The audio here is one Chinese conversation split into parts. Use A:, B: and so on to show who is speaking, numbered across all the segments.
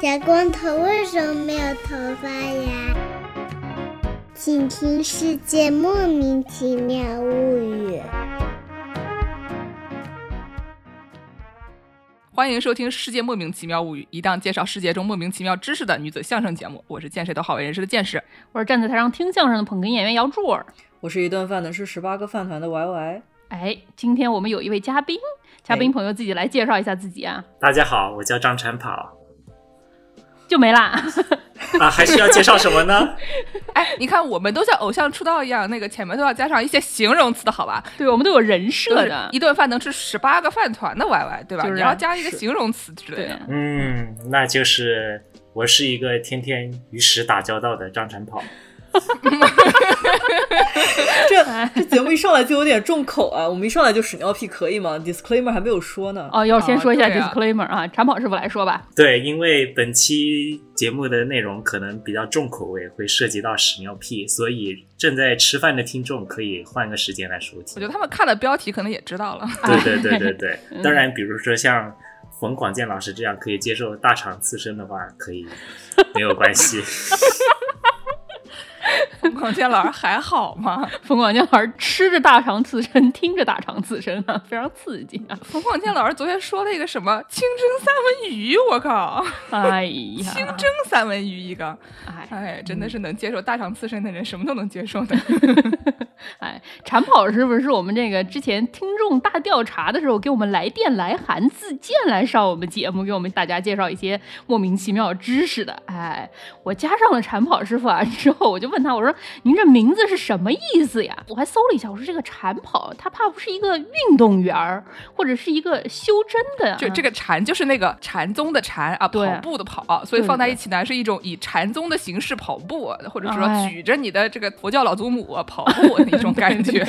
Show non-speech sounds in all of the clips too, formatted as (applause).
A: 小光头为什么没有头发呀？请听《世界莫名其妙物语》。
B: 欢迎收听《世界莫名其妙物语》，一档介绍世界中莫名其妙知识的女子相声节目。我是见谁都好为人师的见识。
C: 我是站在台上听相声的捧哏演员姚柱儿。
D: 我是一顿饭的是十八个饭团的 YY，
C: 哎，今天我们有一位嘉宾，嘉宾
D: 哎
C: 朋友自己来介绍一下自己啊，
E: 大家好，我叫张晨跑
C: 就没
B: (laughs)
C: 啦。
E: 啊，还需要介绍什么呢？
B: 哎，你看，我们都像偶像出道一样，那个前面都要加上一些形容词的好吧？
C: (laughs) 对我们都有人设
B: 就是
C: 的
B: 一，顿饭能吃十八个饭团的 YY，对吧？
C: 就是啊
B: 你要加一个
C: 是
B: 形容词之类
C: 对
B: 的。
C: 啊，
E: 嗯，那就是我是一个天天与屎打交道的张晨跑。
D: 这
C: 哎
D: 这节目一上来就有点重口啊！我们一上来就屎尿屁可以吗？Disclaimer 还没有说呢。
C: 哦，要先
B: 啊
C: 说一下
B: 对啊
C: disclaimer 啊，长跑师傅来说吧。
E: 对，因为本期节目的内容可能比较重口味，会涉及到屎尿屁，所以正在吃饭的听众可以换个时间来收听。
B: 我觉得他们看了标题可能也知道
C: (laughs)
B: 了。
E: 对对对对
B: (laughs)
E: 对，
C: 嗯
E: 当然，比如说像冯广建老师这样可以接受大肠刺身的话，可以没有关
B: (laughs)
E: 系。
B: 冯广建老师还好吗？
C: 冯广建老师吃着大肠刺身，听着大肠刺身啊，非常刺激
B: (laughs)
C: 啊！
B: 冯广建老师昨天说了一个什么清蒸三文鱼，我
C: (laughs)
B: 靠，
C: 哎呀，
B: 清蒸三文鱼一个，
C: 哎
B: 哎，真的是能接受大肠刺身的人什么都能接受的。
C: 哎，长跑师傅是我们这个之前听众大调查的时候给我们来电来函自荐来上我们节目，给我们大家介绍一些莫名其妙知识的。哎，我加上了长跑师傅啊之后，我就问他，我说您这名字是什么意思呀？ (laughs) 我还搜了一下，我说这个长跑他怕不是一个运动员儿，或者是一个修真的啊？
B: 就这个禅就是那个禅宗的禅啊，跑
C: 对
B: 步的跑，所以放在一起呢是一种以禅宗的形式跑步，或者说
C: 哎
B: 举着你的这个佛教老祖母啊跑步的一
C: (laughs)
B: 种感觉。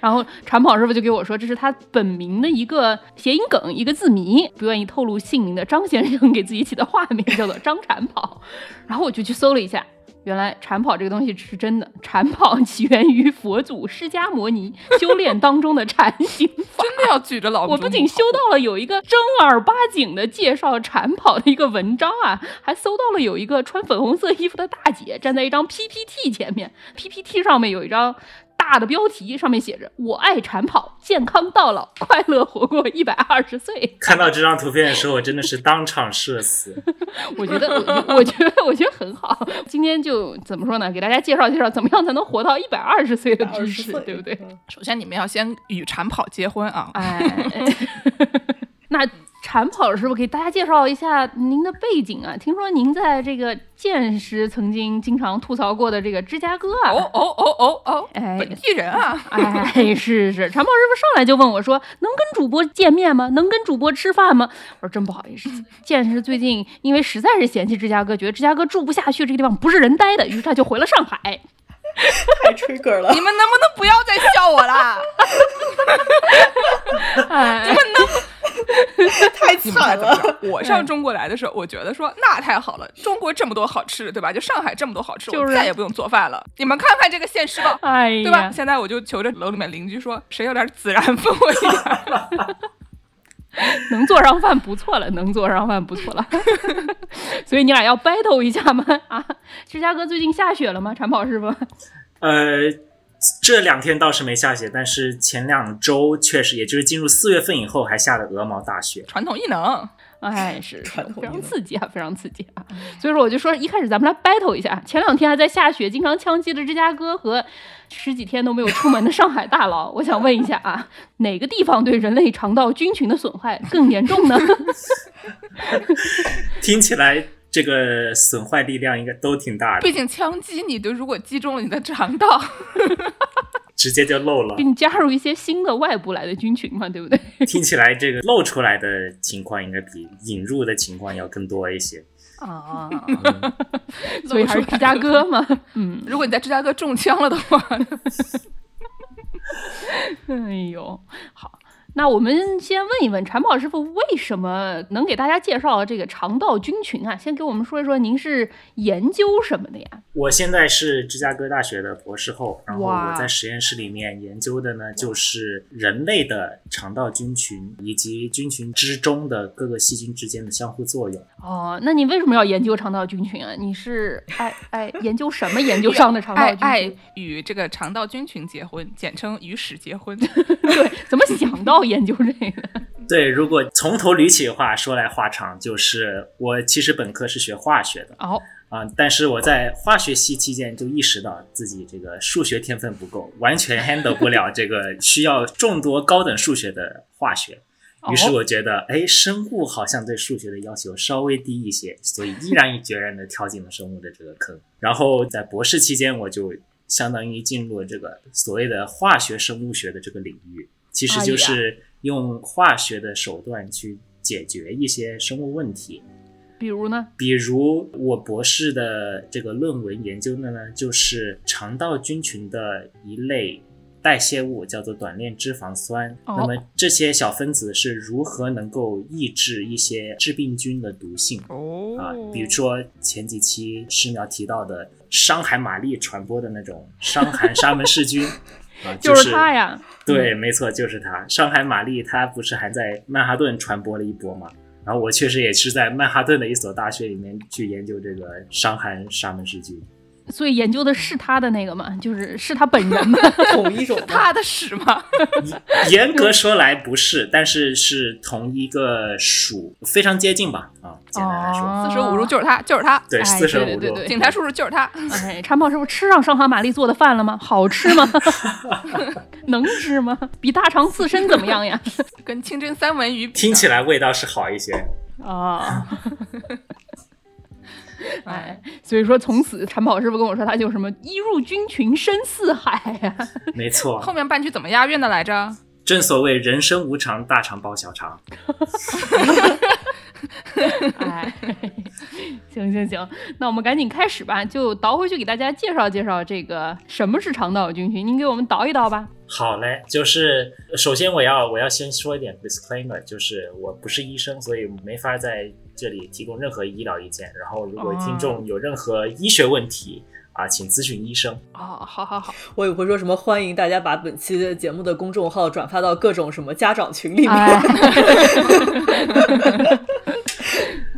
C: 然后长跑师傅就给我说，这是他本名的一个谐音梗，一个字谜，不愿意透露姓名的张先生给自己起的化名叫做张长跑。 (laughs) 然后我就去搜了一下，原来长跑这个东西是真的，长跑 (laughs) 起源于佛祖释迦摩尼修炼当中的禅 (laughs) 行法。
B: 真的要举着老祖母
C: 我不仅修到了有一个正儿八经的介绍长跑的一个文章啊，还搜到了有一个穿粉红色衣服的大姐站在一张 PPT 前面，PPT 上面有一张。大的标题上面写着“我爱长跑，健康到老，快乐活过一百二十岁
E: 看到这张图片的时候，我真的是当场社死。”，
C: 我觉得，我我觉得，我觉得很好。今天就怎么说呢？给大家介绍介绍，怎么样才能活到一百二十岁的知识，对不对？
D: 嗯
B: 首先你们要先与禅跑结婚啊，
C: 哎，那产跑师傅给大家介绍一下您的背景啊。听说您在这个见识曾经经常吐槽过的这个芝加哥啊。
B: 哦哦哦哦哦，
C: 哎
B: 本地人啊，
C: 哎，是是，长跑师傅上来就问我说：“能跟主播见面吗？能跟主播吃饭吗？”我说：“真不好意思，见识最近因为实在是嫌弃芝加哥，觉得芝加哥住不下去，这个地方不是人待的，于是他就回了
B: (laughs)
C: 上海。
D: 太 trigger 了
B: 你，们能不能不要再笑我啦？ (laughs)
C: 哎，
D: (laughs) 太
B: 你们猜
D: 惨
B: 怎么
D: 了。
B: 着？我上中国来的时候，我觉得说那太好了，中国这么多好吃的，对吧？就上海这么多好吃，的，
C: 就
B: 我
C: 是
B: 再也不用做饭了。你们看看这个现实吧，
C: 哎
B: 对吧？
C: 呀，
B: 现在我就求着楼里面邻居说，谁有点孜然风味 (laughs) 一点？
C: (laughs) 能做上饭不错了，能做上饭不错了。 (laughs) 所以你俩要 battle 一下吗？啊，芝加哥最近下雪了吗？ (laughs) 长跑师傅，
E: 呃，这两天倒是没下雪，但是前两周确实，也就是进入四月份以后，还下了鹅毛大雪。
B: 传统异能，
C: 哎，是是
D: 传
C: 非
D: 统
C: 常
D: 运动
C: 刺激啊，非常刺激啊。所以说，我就说一开始咱们来 battle 一下。前两天还在下雪，经常枪击的芝加哥和十几天都没有出门的上海大佬，我想问一下啊， (laughs) 哪个地方对人类肠道菌群的损害更严重呢？ (laughs)
E: 听起来这个损坏力量应该都挺大的
B: 毕，竟枪击你的，如果击中了你的肠道，
E: 直接就漏了
C: 给。你加入一些新的外部来的菌群嘛，对不对？
E: 听起来这个漏出来的情况应该比引入的情况要更多一些。
B: (laughs) 啊，
C: 所以还是芝加。哥嘛，嗯。
B: 如果你在芝加哥中枪了的话，
C: (laughs) 哎呦，好，那我们先问一问禅宝师傅，为什么能给大家介绍这个肠道菌群啊？先给我们说一说，您是研究什么的呀？
E: 我现在是芝加哥大学的博士后，然后
C: 哇
E: 我在实验室里面研究的呢，就是人类的肠道菌群以及菌群之中的各个细菌之间的相互作用。
C: 哦，那你为什么要研究肠道菌群啊？你是爱爱研究什么研究上的肠道
B: 爱 (laughs)
C: 菌 (laughs)
B: 爱
C: 群？
B: 与这个肠道菌群结婚，简称与屎结婚。
C: 对，怎么想到研究这个？ (laughs)
E: 对，如果从头捋起的话，说来话长，就是我其实本科是学化学的
C: 哦，
E: 啊、但是我在化学系期间就意识到自己这个数学天分不够，完全 handle 不了这个需要众多高等数学的化学。于是我觉得，哎，生物好像对数学的要求稍微低一些，所以毅然决然的跳进了生物的这个坑。然后在博士期间，我就相当于进入了这个所谓的化学生物学的这个领域，其实就
C: 哎
E: 是用化学的手段去解决一些生物问题。
C: 比如呢？
E: 比如我博士的这个论文研究的呢，就是肠道菌群的一类代谢物，叫做短链脂肪酸。
C: 哦
E: 那么这些小分子是如何能够抑制一些致病菌的毒性？
B: 哦
E: 啊，比如说前几期师苗提到的伤寒玛丽传播的那种伤寒沙门氏菌， (laughs) 啊，
C: 就是它呀。
E: 对，没错，就是他。上海玛丽，她不是还在曼哈顿传播了一波嘛？然后我确实也是在曼哈顿的一所大学里面去研究这个伤寒沙门
C: (laughs)
E: 氏菌。
C: 所以研究的是他的那个嘛，就是是他本人 (laughs) 嘛。
D: 同一种
B: 他的屎吗？
E: 严格说来不是，但是是同一个属，非常接近吧？啊，简单来说，
B: 四舍五入就是他，就是他。
E: 对，
C: 哦哎
E: 四舍五入。
C: 对对对对
B: 警察叔叔就是他，
C: 哎，馋宝师傅吃上上海玛丽做的饭了吗？好吃吗？ (laughs) 能吃吗？比大肠刺身怎么样
B: (laughs)
C: 呀？
B: 跟清蒸三文鱼比呢
E: 听起来味道是好一些，
C: 啊、 (laughs) 哎，所以说从此馋宝师傅跟我说，他就什么一入菌群深似海啊呀、
E: 没
B: 后
E: 错。
B: 面半句怎么押韵的来着？
E: 正所谓人生无常，大肠包小肠。
C: 哎，行行行，那我们赶紧开始吧，就倒回去给大家介绍介绍这个什么是肠道菌群，您给我们倒一倒吧。
E: 好嘞，就是首先我要我要先说一点 disclaimer，就是我不是医生，所以没法在这里提供任何医疗意见。然后，如果听众有任何医学问题、啊，请咨询医生。
B: 哦，好好好，
D: 我也会说什么欢迎大家把本期的节目的公众号转发到各种什么家长群里面。
B: (laughs)
C: 哎， (laughs)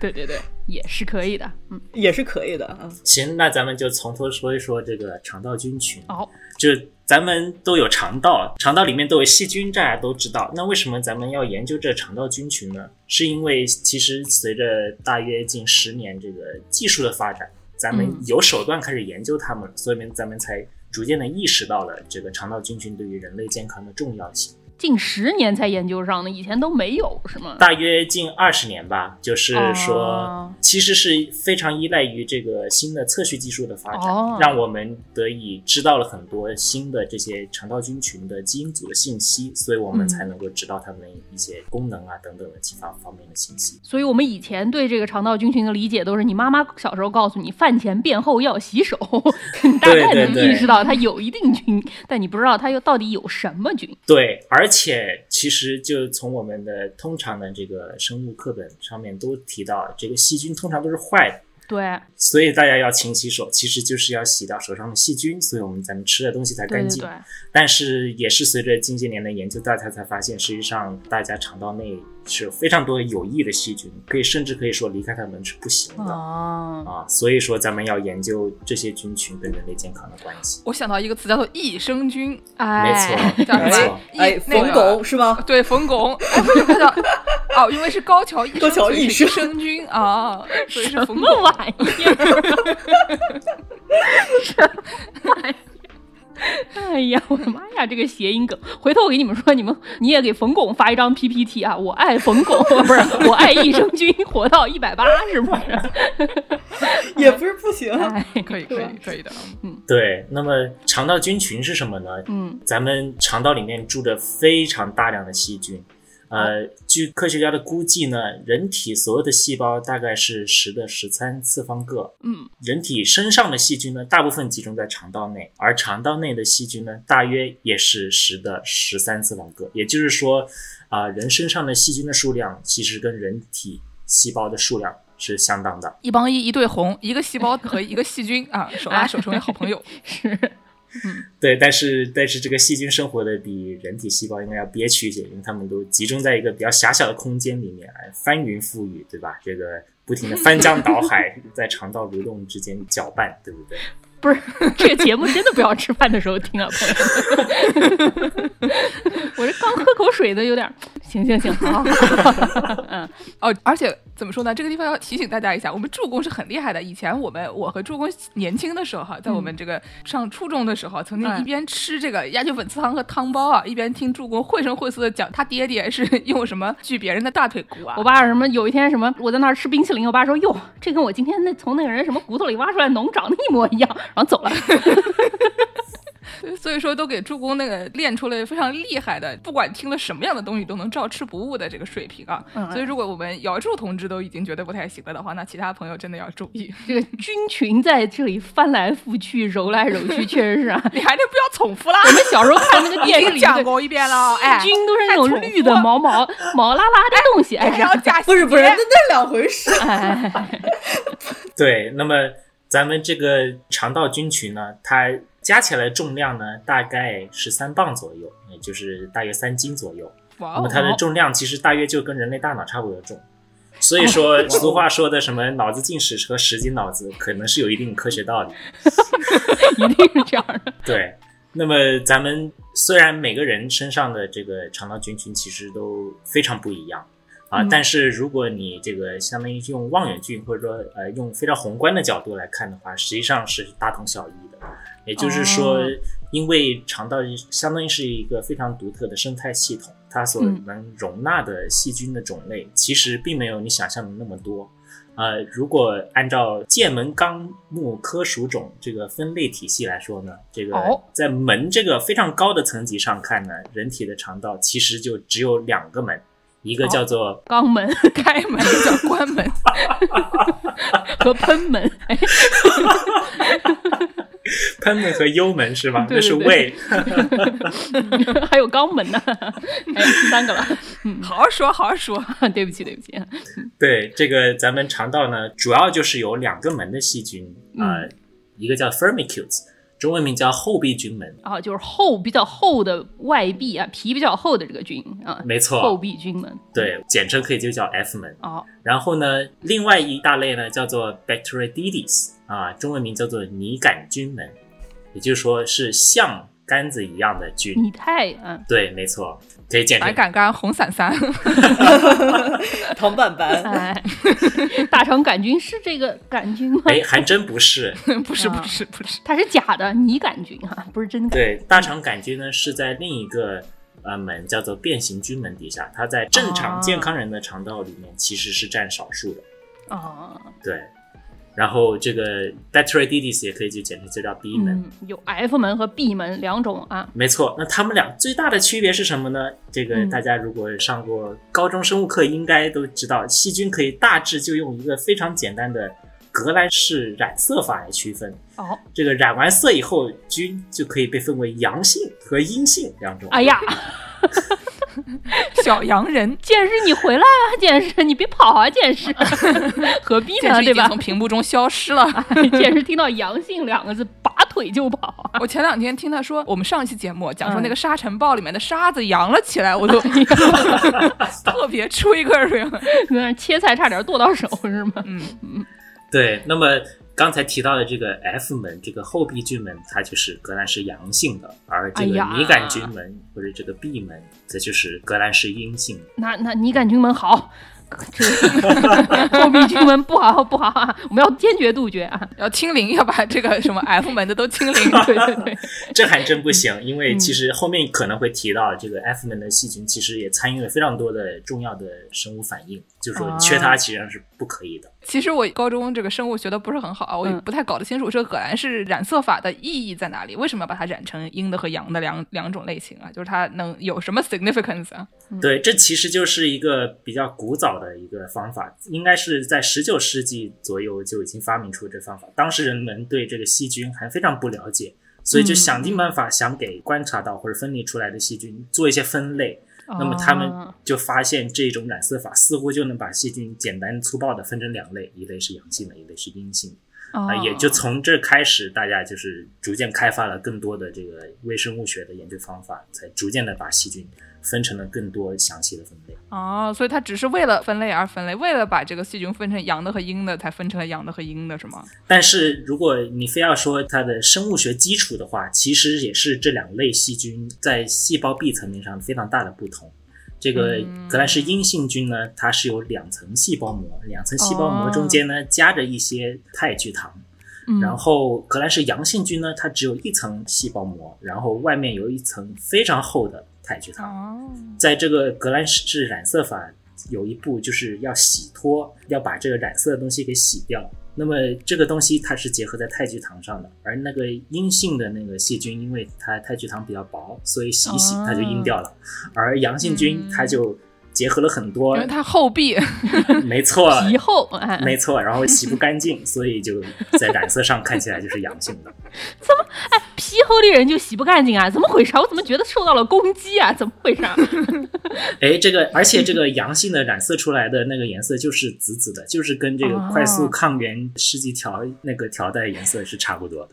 C: 对对对，也是可以的。嗯，
D: 也是可以的啊。
E: 行，那咱们就从头说一说这个肠道菌群。
C: 哦，
E: 就咱们都有肠道，肠道里面都有细菌，大家都知道。那为什么咱们要研究这肠道菌群呢？是因为其实随着大约近十年这个技术的发展，咱们
C: 嗯
E: 有手段开始研究它们，所以咱们才逐渐的意识到了这个肠道菌群对于人类健康的重要性。
C: 近十年才研究上的，以前都没有是吗？
E: 大约近二十年吧，就是
C: 哦
E: 说，其实是非常依赖于这个新的测序技术的发展，
C: 哦
E: 让我们得以知道了很多新的这些肠道菌群的基因组的信息，所以我们
C: 嗯
E: 才能够知道它们的一些功能啊等等的其他方面的信息。
C: 所以我们以前对这个肠道菌群的理解都是，你妈妈小时候告诉你饭前便后要洗手， (laughs) 你大概
E: 对
C: 能
E: 对对
C: 意识到它有一定菌，但你不知道它又到底有什么菌。
E: 对，而且其实就从我们的通常的这个生物课本上面都提到，这个细菌通常都是坏的。
C: 对，
E: 所以大家要勤洗手，其实就是要洗掉手上的细菌，所以我们咱们吃的东西才
C: 对
E: 干
C: 对
E: 净。
C: 对。
E: 但是也是随着近些年的研究，大家才发现，实际上大家肠道内是有非常多的有益的细菌，可以甚至可以说离开它们是不行的、
C: 哦，
E: 啊。所以说，咱们要研究这些菌群对人类健康的关系。
B: 我想到一个词叫做益生菌，
E: 没
C: 哎，
E: 错，
B: 叫什么
E: 没错。？
B: 益
D: 哎，
B: 那
C: 啊
D: 冯
B: 个
D: 巩是吗？
B: (laughs) 对，冯巩，哎，不是不是，哦，因为是高桥医生，
D: 高桥
B: 所以
D: 医生
B: 是益生菌啊，所以是
C: 什
B: 冯
C: 么
B: 巩。
C: 玩意儿？什么玩意儿？ (laughs) 哎呀，我的妈呀！这个谐音梗，回头我给你们说，你们你也给冯巩发一张 PPT 啊！我爱冯巩， (laughs) 不是我爱益生菌，活到一百八
B: (laughs)
C: 是不是？
D: 也不是不行。
C: 哎，
B: 可以可以可以的，
E: 对，那么肠道菌群是什么呢？
C: 嗯，
E: 咱们肠道里面住着非常大量的细菌，呃，据科学家的估计呢，人体所有的细胞大概是十的十三次方个。
C: 嗯，
E: 人体身上的细菌呢，大部分集中在肠道内，而肠道内的细菌呢，大约也是十的十三次方个。也就是说，啊、人身上的细菌的数量其实跟人体细胞的数量是相当的。
B: 一帮一，一对红，一个细胞和一个细菌啊，手拉手成为好朋友。
C: 是，
E: 对，但是但是这个细菌生活的比人体细胞应该要憋屈一些，因为它们都集中在一个比较狭小的空间里面，哎翻云覆雨，对吧？这个不停的翻江倒海，在肠道蠕动之间搅拌，对不对？
C: 不是这个节目真的不要吃饭的时候听啊，朋友们。 (laughs) 我这刚喝口水都有点儿，行行行，好好好好好好， (laughs) 嗯，
B: 哦，而且怎么说呢？这个地方要提醒大家一下，我们助攻是很厉害的。以前我们我和助攻年轻的时候哈，在
D: 嗯
B: 我们这个上初中的时候，曾经
D: 哎
C: 嗯
B: 一边吃这个鸭血粉丝汤和汤包啊，一边听助攻绘声绘色的讲他爹爹是 (laughs) 用什么锯别人的大腿骨啊。
C: 我爸什么有一天什么，我在那儿吃冰淇淋，我爸说哟，这跟我今天那从那个人什么骨头里挖出来的脓长得一模一样，然后走了。
B: 所以说都给助攻那个练出了非常厉害的，不管听了什么样的东西都能照吃不误的这个水平啊。
C: 嗯
B: 所以如果我们姚柱同志都已经觉得不太行了的话，那其他朋友真的要注意， (laughs)
C: 这个菌群在这里翻来覆去、揉来揉去，确实是啊。
B: 你还是不要重复啦。
C: 我们小时候看
B: (laughs)
C: 那个电
B: 已
C: 影
B: 经
C: 里
B: 讲
C: 的
B: 过一遍了， (laughs) 哎，
C: 细菌都是那
B: 太
C: 种
B: 重
C: 绿
B: 复
C: 的
B: 了
C: 毛毛毛拉拉的东
B: (laughs)
C: 西，哎，
B: 还
C: (laughs)
B: 要加
D: 不是不是，那
B: 细节
D: 那两回事。
C: 哎，
E: 对，那么咱们这个肠道菌群呢，它加起来重量呢大概是三磅左右，也就是大约三斤左右。
B: 哇
E: 那么
B: 哦，
E: 它的重量其实大约就跟人类大脑差不多重。所以
B: 哦
E: 说，俗话说的什么“脑子进屎和十斤脑子”，可能是有一定科学道理。
C: 一定是这样的。
E: 对，那么咱们虽然每个人身上的这个肠道菌群其实都非常不一样啊，
C: 嗯
E: 但是如果你这个相当于用望远镜或者说呃用非常宏观的角度来看的话，实际上是大同小异的。也就是说，
C: 哦
E: 因为肠道相当于是一个非常独特的生态系统，它所
C: 嗯
E: 能容纳的细菌的种类其实并没有你想象的那么多。呃，如果按照界门纲目科属种这个分类体系来说呢，这个
B: 哦
E: 在门这个非常高的层级上看呢，人体的肠道其实就只有两个门，一
C: 哦
E: 个叫做
C: 肛门
B: (laughs) 开门叫关门，
C: (laughs) 和喷门，哎，
E: 喷门和幽门是吧？
C: (laughs) 对
E: 那是
C: 对
E: 胃。
C: 还有肛门呢，哎，第三个了， (laughs)
B: 好好说，好好说。
E: 哎
C: 对不起，对不起，
E: 对，这个咱们肠道呢，主要就是有两个门的细菌啊、呃
C: 嗯
E: 一个叫 firmicutes，中文名叫厚壁菌门。
C: 啊，就是厚比较厚的外壁啊，皮比较厚的这个菌啊，
E: 没
C: 厚
E: 错，
C: 壁菌门，
E: 对，简称可以就叫 F 门。
C: 哦，
E: 然后呢，另外一大类呢叫做 Bacteroidetes 啊，中文名叫做拟杆菌门，也就是说是像杆子一样的菌。
C: 拟态，嗯，
E: 对，没错，可以简
B: 白
E: 称
B: 杆杆，红伞伞，
D: 唐板板，
C: 哎， (laughs) 大肠杆菌是这个杆菌吗？
E: 哎，还真不是。
B: (laughs)
E: (laughs)
B: 不是
C: 啊
B: 不是不是，
C: 它是假的拟杆菌哈、啊不是真杆。
E: 对，大肠杆菌呢是在另一个呃门叫做变形菌门底下，它在正常
C: 哦
E: 健康人的肠道里面其实是占少数的。
C: 啊，
E: 对，然后这个 Bacteroidetes 也可以就简称就叫 B 门。
C: 嗯，有 F 门和 B 门两种啊。
E: 没错，那他们俩最大的区别是什么呢？这个
C: 嗯
E: 大家如果上过高中生物课，应该都知道，细菌可以大致就用一个非常简单的格兰氏染色法来区分。
C: 哦，
E: 这个染完色以后，菌就可以被分为阳性和阴性两种。
C: 哎呀，
B: 小洋
C: (laughs)
B: 人。
C: 剑士你回来啊，剑士你别跑啊，剑士，何必
B: 剑
C: 呢，
B: 士已
C: 对
B: 经
C: 吧？
B: 从屏幕中消失了。 (laughs)
C: 剑士听到“阳性”两个字，拔腿就
B: (laughs)
C: 跑。 (laughs)
B: 我前两天听他说，我们上一期节目讲说
C: 嗯
B: 那个沙尘暴里面的沙子扬了起来，我都特别
C: (laughs)
B: trigger。
C: 那切菜差点剁到手是吗？
B: 嗯，
E: 对，那么刚才提到的这个 F 门，这个后壁菌门，它就是革兰氏阳性的，而这个
C: 哎呀
E: 拟杆菌门、或者这个 B 门，这就是革兰氏阴性的。
C: 那那拟杆菌门好，这个 (laughs) 后壁菌门不好不好啊，我们要坚决杜绝啊！
B: 要清零，要把这个什
C: (laughs)
B: 么 F 门的都清零。
C: 对
B: (laughs)
C: 对对，
E: 这还真不行，因为其实后面可能会提到这个 F 门的细菌，其实也参与了非常多的重要的生物反应，就是说缺它其实上是不可以的。
B: 其实我高中这个生物学的不是很好啊，我也
C: 嗯
B: 不太搞得清楚这个葛兰氏染色法的意义在哪里，为什么要把它染成阴的和阳的两两种类型啊？就是它能有什么 significance 啊？
E: 对，这其实就是一个比较古早的一个方法，应该是在十九世纪左右就已经发明出这方法。当时人们对这个细菌还非常不了解，所以就想尽办法想给观察到或者分离出来的细菌做一些分类。那么他们
C: 哦
E: 就发现这种染色法似乎就能把细菌简单粗暴的分成两类，一类是阳性的，一类是阴性的。
B: 哎
E: 啊，也就从这开始，大家就是逐渐开发了更多的这个微生物学的研究方法，才逐渐的把细菌分成了更多详细的分类。
B: 哦，所以它只是为了分类而分类，为了把这个细菌分成阳的和阴的，才分成了阳的和阴的，是吗？
E: 但是如果你非要说它的生物学基础的话，其实也是这两类细菌在细胞壁层面上非常大的不同。这个
B: 嗯
E: 格兰氏阴性菌呢，它是有两层细胞膜，两层细胞膜
C: 哦
E: 中间呢夹着一些肽聚糖，
C: 嗯
E: 然后格兰氏阳性菌呢，它只有一层细胞膜，然后外面有一层非常厚的肽聚糖。
B: 哦，
E: 在这个格兰氏染色法有一步就是要洗脱，要把这个染色的东西给洗掉。那么这个东西它是结合在肽聚糖上的，而那个阴性的那个细菌，因为它肽聚糖比较薄，所以洗一洗
C: 哦
E: 它就阴掉了。而阳性菌
B: 嗯
E: 它就结合了很多
B: 因为，它后壁
E: 没错，
C: 皮厚，哎，
E: 没错，然后洗不干净，所以就在染色上看起来就是阳性的。
C: 皮厚的人就洗不干净啊？怎么回事啊？我怎么觉得受到了攻击啊？怎么
B: (laughs)
C: 回事啊？
E: 哎，这个，而且这个阳性的染色出来的那个颜色就是紫紫的，就是跟这个快速抗原试剂条那个条带颜色是差不多的。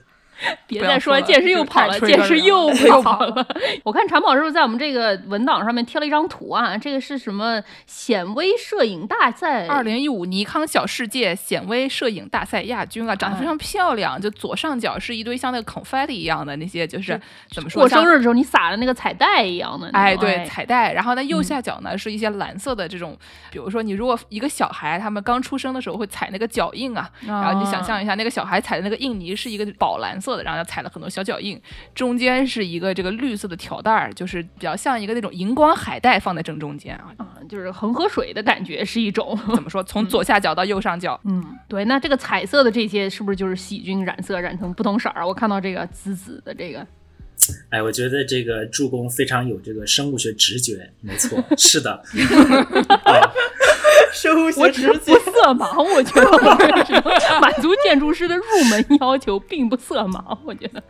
C: 别
B: 不要
C: 再说
B: 说
C: 了，
B: 了
C: 剑师
B: 这个
C: 又跑
B: 太
C: 了，
B: 吹
C: 剑
B: 了 (laughs)
C: 师又
B: 又
C: 跑
B: 跑
C: 了。我看长宝师傅在我们这个文档上面贴了一张图啊，这个是什么显微摄影大赛？
B: 二零一五尼康小世界显微摄影大赛亚军啊，长得非常漂亮，就左上角是一堆像那个 confetti 一样的那些，就是怎么说
C: 过生
B: 像
C: 日的时候你撒的那个彩带一样的那种。
B: 哎，对，彩带。然后呢，右下角呢、是一些蓝色的这种，比如说你如果一个小孩他们刚出生的时候会踩那个脚印啊，
C: 嗯
B: 然后你想象一下那个小孩踩的那个印泥是一个宝蓝色的，然后他踩了很多小脚印，中间是一个这个绿色的条带儿，就是比较像一个那种荧光海带放在正中间啊。
C: 啊，就是恒河水的感觉是
B: (laughs)
C: 一种。
B: 怎么说？从左下角到右上角，
C: 嗯，对，那这个彩色的这些是不是就是细菌染色染成不同色儿？啊我看到这个紫紫的这个，
E: 哎，我觉得这个助攻非常有这个生物学直觉，没错，是的， (laughs)
D: 生物
C: 我
D: 学
C: 只是
D: 直
C: 不
D: 接
C: 色盲，我觉得我这个只能满足建筑师的入门要求，并不色盲，我觉得。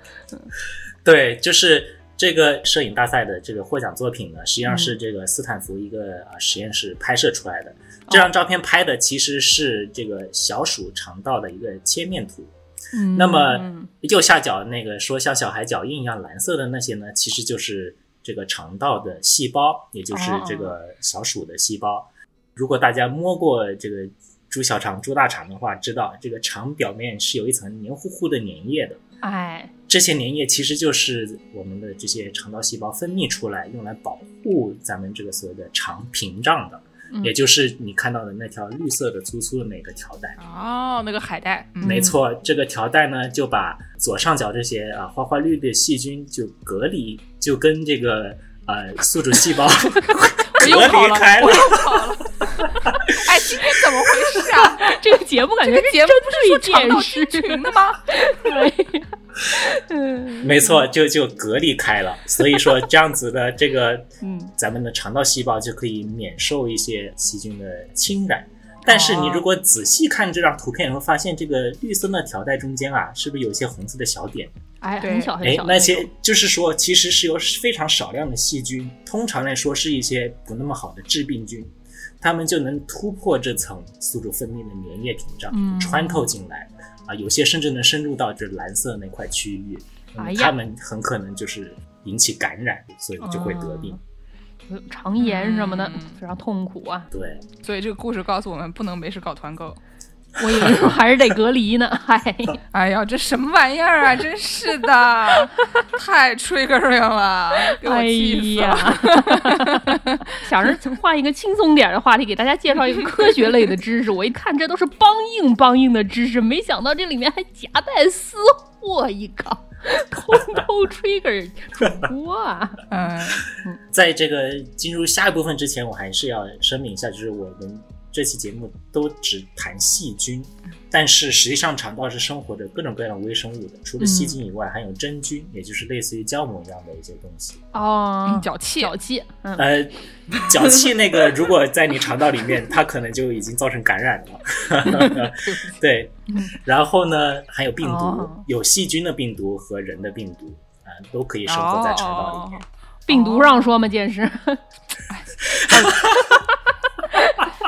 E: 对，就是这个摄影大赛的这个获奖作品呢，实际上是这个斯坦福一个啊实验室拍摄出来的。这张照片拍的其实是这个小鼠肠道的一个切面图。
C: 嗯
E: 那么
B: 嗯
E: 右下角那个说像小孩脚印一样蓝色的那些呢，其实就是这个肠道的细胞，也就是这个小鼠的细胞。如果大家摸过这个猪小肠、猪大肠的话，知道这个肠表面是有一层黏糊糊的粘液的。
C: 哎，
E: 这些粘液其实就是我们的这些肠道细胞分泌出来，用来保护咱们这个所谓的肠屏障的，
C: 嗯
E: 也就是你看到的那条绿色的粗粗的那个条带。
B: 哦，那个海带，嗯
E: 没错，这个条带呢就把左上角这些啊花花绿绿的细菌就隔离，就跟这个呃宿主
B: (laughs)
E: 细胞
B: 我又
E: 隔
B: 跑
E: 离
B: 了
E: 开，
B: 我又跑了。 (laughs) 哎，今天怎么回事 (laughs) 啊？
C: 这个节目感觉
B: 这
C: 是
B: 个节目
C: 针
B: 不是说肠道菌
C: 对电视
B: 群的吗？
C: 对，
E: 没错，就就隔离开了。所以说这样子的这
B: (laughs)
E: 个，
C: 嗯
E: 咱们的肠道细胞就可以免受一些细菌的侵染。
B: 哦
E: 但是你如果仔细看这张图片，你会发现这个绿色的条带中间啊，是不是有一些红色的小点？
C: (laughs) 哎，
B: 对
C: 很小很
E: 哎
C: 小，的
E: 那
C: 种
E: 些就是说，其实是有非常少量的细菌，通常来说是一些不那么好的致病菌，它们就能突破这层宿主分泌的粘液屏障，
C: 嗯
E: 穿透进来啊，有些甚至能深入到这蓝色那块区域，嗯
C: 哎呀
E: 它们很可能就是引起感染，所以就会
C: 哦
E: 得病。
C: 有肠炎什么的
B: 嗯，
C: 非常痛苦啊！
E: 对，
B: (laughs) 所以这个故事告诉我们，不能没事搞团购。
C: 我以为还是得隔离呢，嗨，
B: 哎呀，这什么玩意儿啊！真是的， (laughs) 太 triggering 了，给我
C: 哎
B: 气死了。
C: 呀， (laughs) 想着换一个轻松点儿的话题，给大家介
B: (laughs)
C: 绍一个科学类的知识。我一看这都是梆硬梆硬的知识，没想到这里面还夹带私货一个，
B: (laughs)
C: 偷偷 trigger 主播啊！
B: 嗯，
E: 在这个进入下一部分之前，我还是要声明一下，就是我们。这期节目都只谈细菌，但是实际上肠道是生活着各种各样的微生物的，除了细菌以外，还有真菌，也就是类似于胶膜一样的一些东西。
C: 哦
B: 嗯，脚气，
C: 脚气，嗯，
E: 呃，脚气那个如果在你肠道里面，它可能就已经造成感染了。 (laughs) 对，然后呢，还有病毒，
C: 哦
E: 有细菌的病毒和人的病毒啊、都可以生活在肠道
B: 哦
E: 里面。
C: 病毒让说吗？健 (laughs) 师，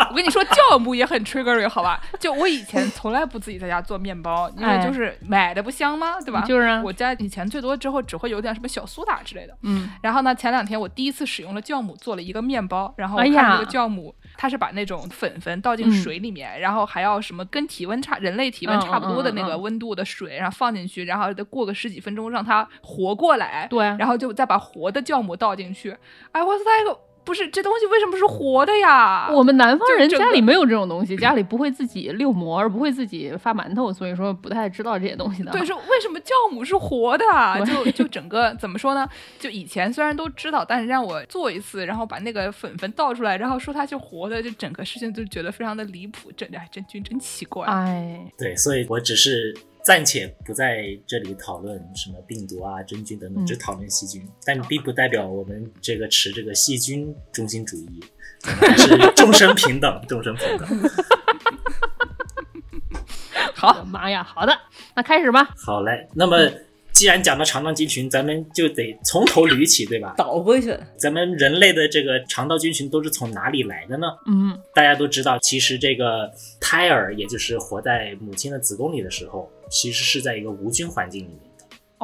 B: 我跟你说，酵母也很 triggering，好吧？就我以 (laughs) 前从来不自己在家做面包，因为就是买的不香吗？对吧？
C: 就是啊
B: 我家以前最多之后只会有点什么小苏打之类的。
C: 嗯，
B: 然后呢，前两天我第一次使用了酵母做了一个面包，然后我
C: 哎
B: 看
C: 呀嗯
B: 那个酵母，它是把那种粉粉倒进水里面，然后还要什么跟体温差人类体温差不多的那
C: 嗯嗯
B: 个
C: 嗯嗯
B: 温度的水，然后放进去，然后再过个十几分钟让它活过来，
C: 对，
B: 然后就再把活的酵母倒进去。哎，我塞个不是这东西为什么是活的呀？
C: 啊我们南方人
B: 就整
C: 家
B: 个
C: 里没有这种东西，家里不会自己溜馍，不会自己发馒头，所以说不太知道这些东西的。
B: 对，，说为什么酵母是活的啊？就就整个怎么说呢？就以前虽然都知道，但是让我做一次，然后把那个粉粉倒出来，然后说它是活的，就整个事情就觉得非常的离谱。真哎，真菌真奇怪。
C: 哎，
E: 对，所以我只是暂且不在这里讨论什么病毒啊、真菌等等，
C: 嗯
E: 只讨论细菌，但并不代表我们这个持这个细菌中心主义，我们还是众生平等，众生平等。
C: 好，妈哎呀，好的，那开始吧。
E: 好嘞，那么既然讲到肠道菌群，咱们就得从头捋起，对吧？
D: 倒回去，
E: 咱们人类的这个肠道菌群都是从哪里来的呢？
C: 嗯，
E: 大家都知道，其实这个胎儿，也就是活在母亲的子宫里的时候，其实是在一个无菌环境里面的。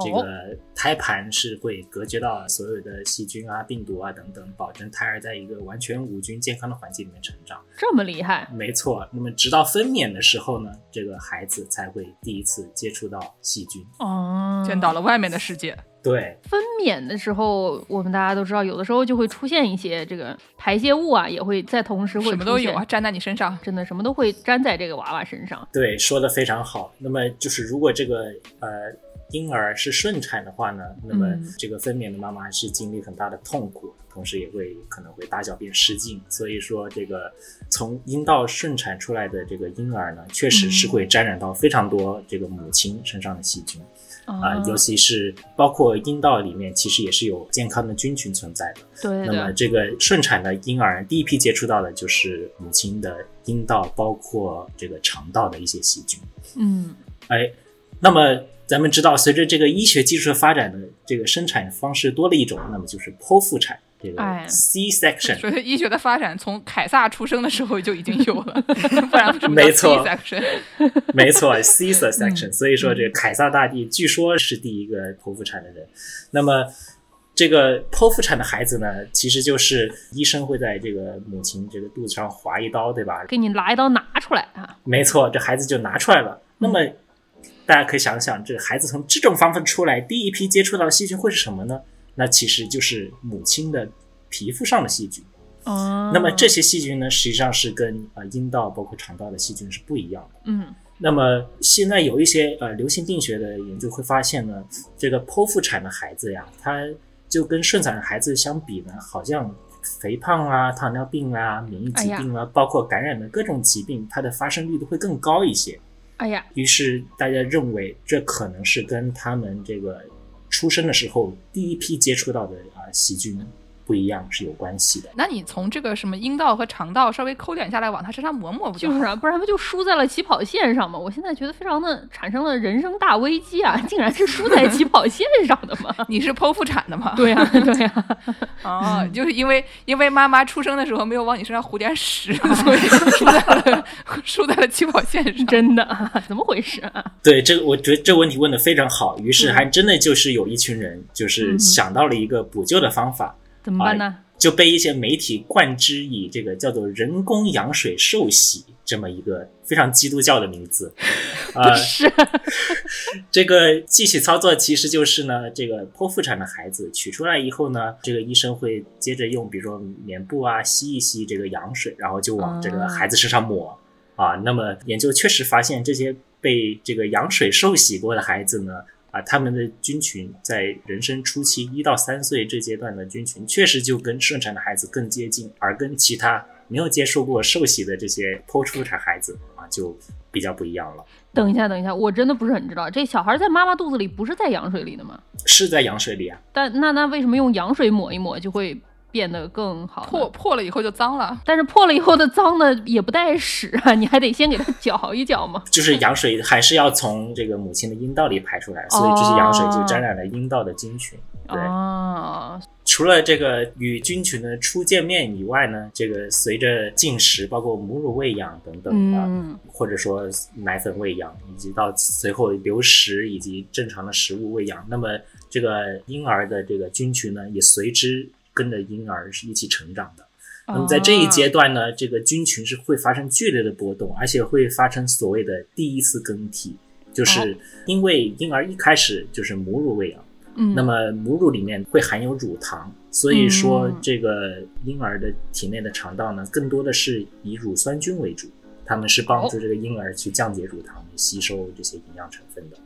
E: 这
B: 哦，
E: 个胎盘是会隔绝到所有的细菌啊、病毒啊等等，保证胎儿在一个完全无菌、健康的环境里面成长。
C: 这么厉害，
E: 没错，那么直到分娩的时候呢，这个孩子才会第一次接触到细菌。
C: 哦
B: 见到了外面的世界，
E: 对，
C: 分娩的时候，我们大家都知道，有的时候就会出现一些这个排泄物啊，也会在同时会
B: 什么都
C: 出现
B: 有啊，，粘在你身上。
C: 真的什么都会粘在这个娃娃身上。
E: 对，说的非常好。那么就是如果这个呃婴儿是顺产的话呢，那么
C: 嗯
E: 这个分娩的妈妈是经历很大的痛苦，同时也会可能会大小便失禁。所以说，这个从阴道顺产出来的这个婴儿呢，确实是会沾染到非常多这个母亲身上的细菌啊、
C: 啊
E: 尤其是包括阴道里面其实也是有健康的菌群存在的。
C: 对
E: 那么
C: 对，
E: 这个顺产的婴儿第一批接触到的就是母亲的阴道，包括这个肠道的一些细菌。
C: 嗯，
E: 哎，那么咱们知道，随着这个医学技术的发展呢，这个生产方式多了一种，那么就是剖腹产，这个
C: 哎
E: C section。
B: 所以医学的发展从凯撒出生的时候就已经有
C: (laughs)
B: 了，不然为什么
E: 没错
B: C section？
E: 没错，Caesar
C: (laughs) 嗯
E: section。所以说，这个凯撒大帝据说是第一个剖腹产的人。那么，这个剖腹产的孩子呢，其实就是医生会在这个母亲这个肚子上划一刀，对吧？
C: 给你拿一刀拿出来啊，
E: 没错，这孩子就拿出来了。那么，大家可以想想，这孩子从这种方法出来，第一批接触到的细菌会是什么呢？那其实就是母亲的皮肤上的细菌。
C: 哦，
E: 那么这些细菌呢，实际上是跟呃阴道包括肠道的细菌是不一样的。
C: 嗯
E: 那么现在有一些呃流行病学的研究会发现呢，这个剖腹产的孩子呀，他就跟顺产的孩子相比呢，好像肥胖啊、糖尿病啊、免疫疾病啊，包括感染的各种疾病，它的发生率都会更高一些。
C: 哎呀，
E: 于是大家认为这可能是跟他们这个出生的时候第一批接触到的啊、细菌不一样是有关系的。
B: 那你从这个什么阴道和肠道稍微抠点下来，往他身上抹抹不
C: 就是
B: 好
C: 啊，不然不就输在了起跑线上吗？我现在觉得非常的产生了人生大危
B: (laughs)
C: 机啊，竟然是输在起跑线上的吗？
B: 你是剖腹产的吗？
C: 对呀、 (laughs) 对啊呀、
B: 哦，就是因为因为妈妈出生的时候没有往你身上糊点屎， (laughs) 所以输在了输在了起跑线上。
C: 真的啊，怎么回事啊、
E: 对这个，我觉得这个问题问的非常好。于是还真的就是有一群人，就是想到了一个补救的方法，
C: 怎么办呢？
E: 就被一些媒体冠之以这个叫做“人工羊水受洗”这么一个非常基督教的名字。啊、
C: 是，
E: (laughs) 这个具体操作其实就是呢，这个剖腹产的孩子取出来以后呢，这个医生会接着用，比如说棉布啊吸一吸这个羊水，然后就往这个孩子身上抹、啊。那么研究确实发现，这些被这个羊水受洗过的孩子呢。啊，他们的菌群在人生初期一到三岁这阶段的菌群，确实就跟顺产的孩子更接近，而跟其他没有接受过受洗的这些剖出产孩子啊，就比较不一样了。
C: 等一下，等一下，我真的不是很知道，这小孩在妈妈肚子里不是在羊水里的吗？
E: 是在羊水里啊，
C: 但那那为什么用羊水抹一抹就会变得更好呢？
B: 破破了以后就脏了。
C: 但是破了以后的脏的也不带屎啊， (laughs) 你还得先给它搅一搅嘛。
E: 就是羊水还是要从这个母亲的阴道里排出来，所以这些羊水就沾染了阴道的菌群。 (laughs) 对，
C: 哦，
E: 除了这个与菌群的初见面以外呢，这个随着进食，包括母乳喂养等等啊，
C: 嗯
E: 或者说奶粉喂养，以及到随后流食以及正常的食物喂养，那么这个婴儿的这个菌群呢，也随之跟着婴儿是一起成长的。那么在这一阶段呢，这个菌群是会发生剧烈的波动，而且会发生所谓的第一次更替，就是因为婴儿一开始就是母乳喂养。
C: 嗯，
E: 那么母乳里面会含有乳糖，所以说
C: 嗯
E: 这个婴儿的体内的肠道呢，更多的是以乳酸菌为主，它们是帮助这个婴儿去降解乳糖，吸收这些营养成分的。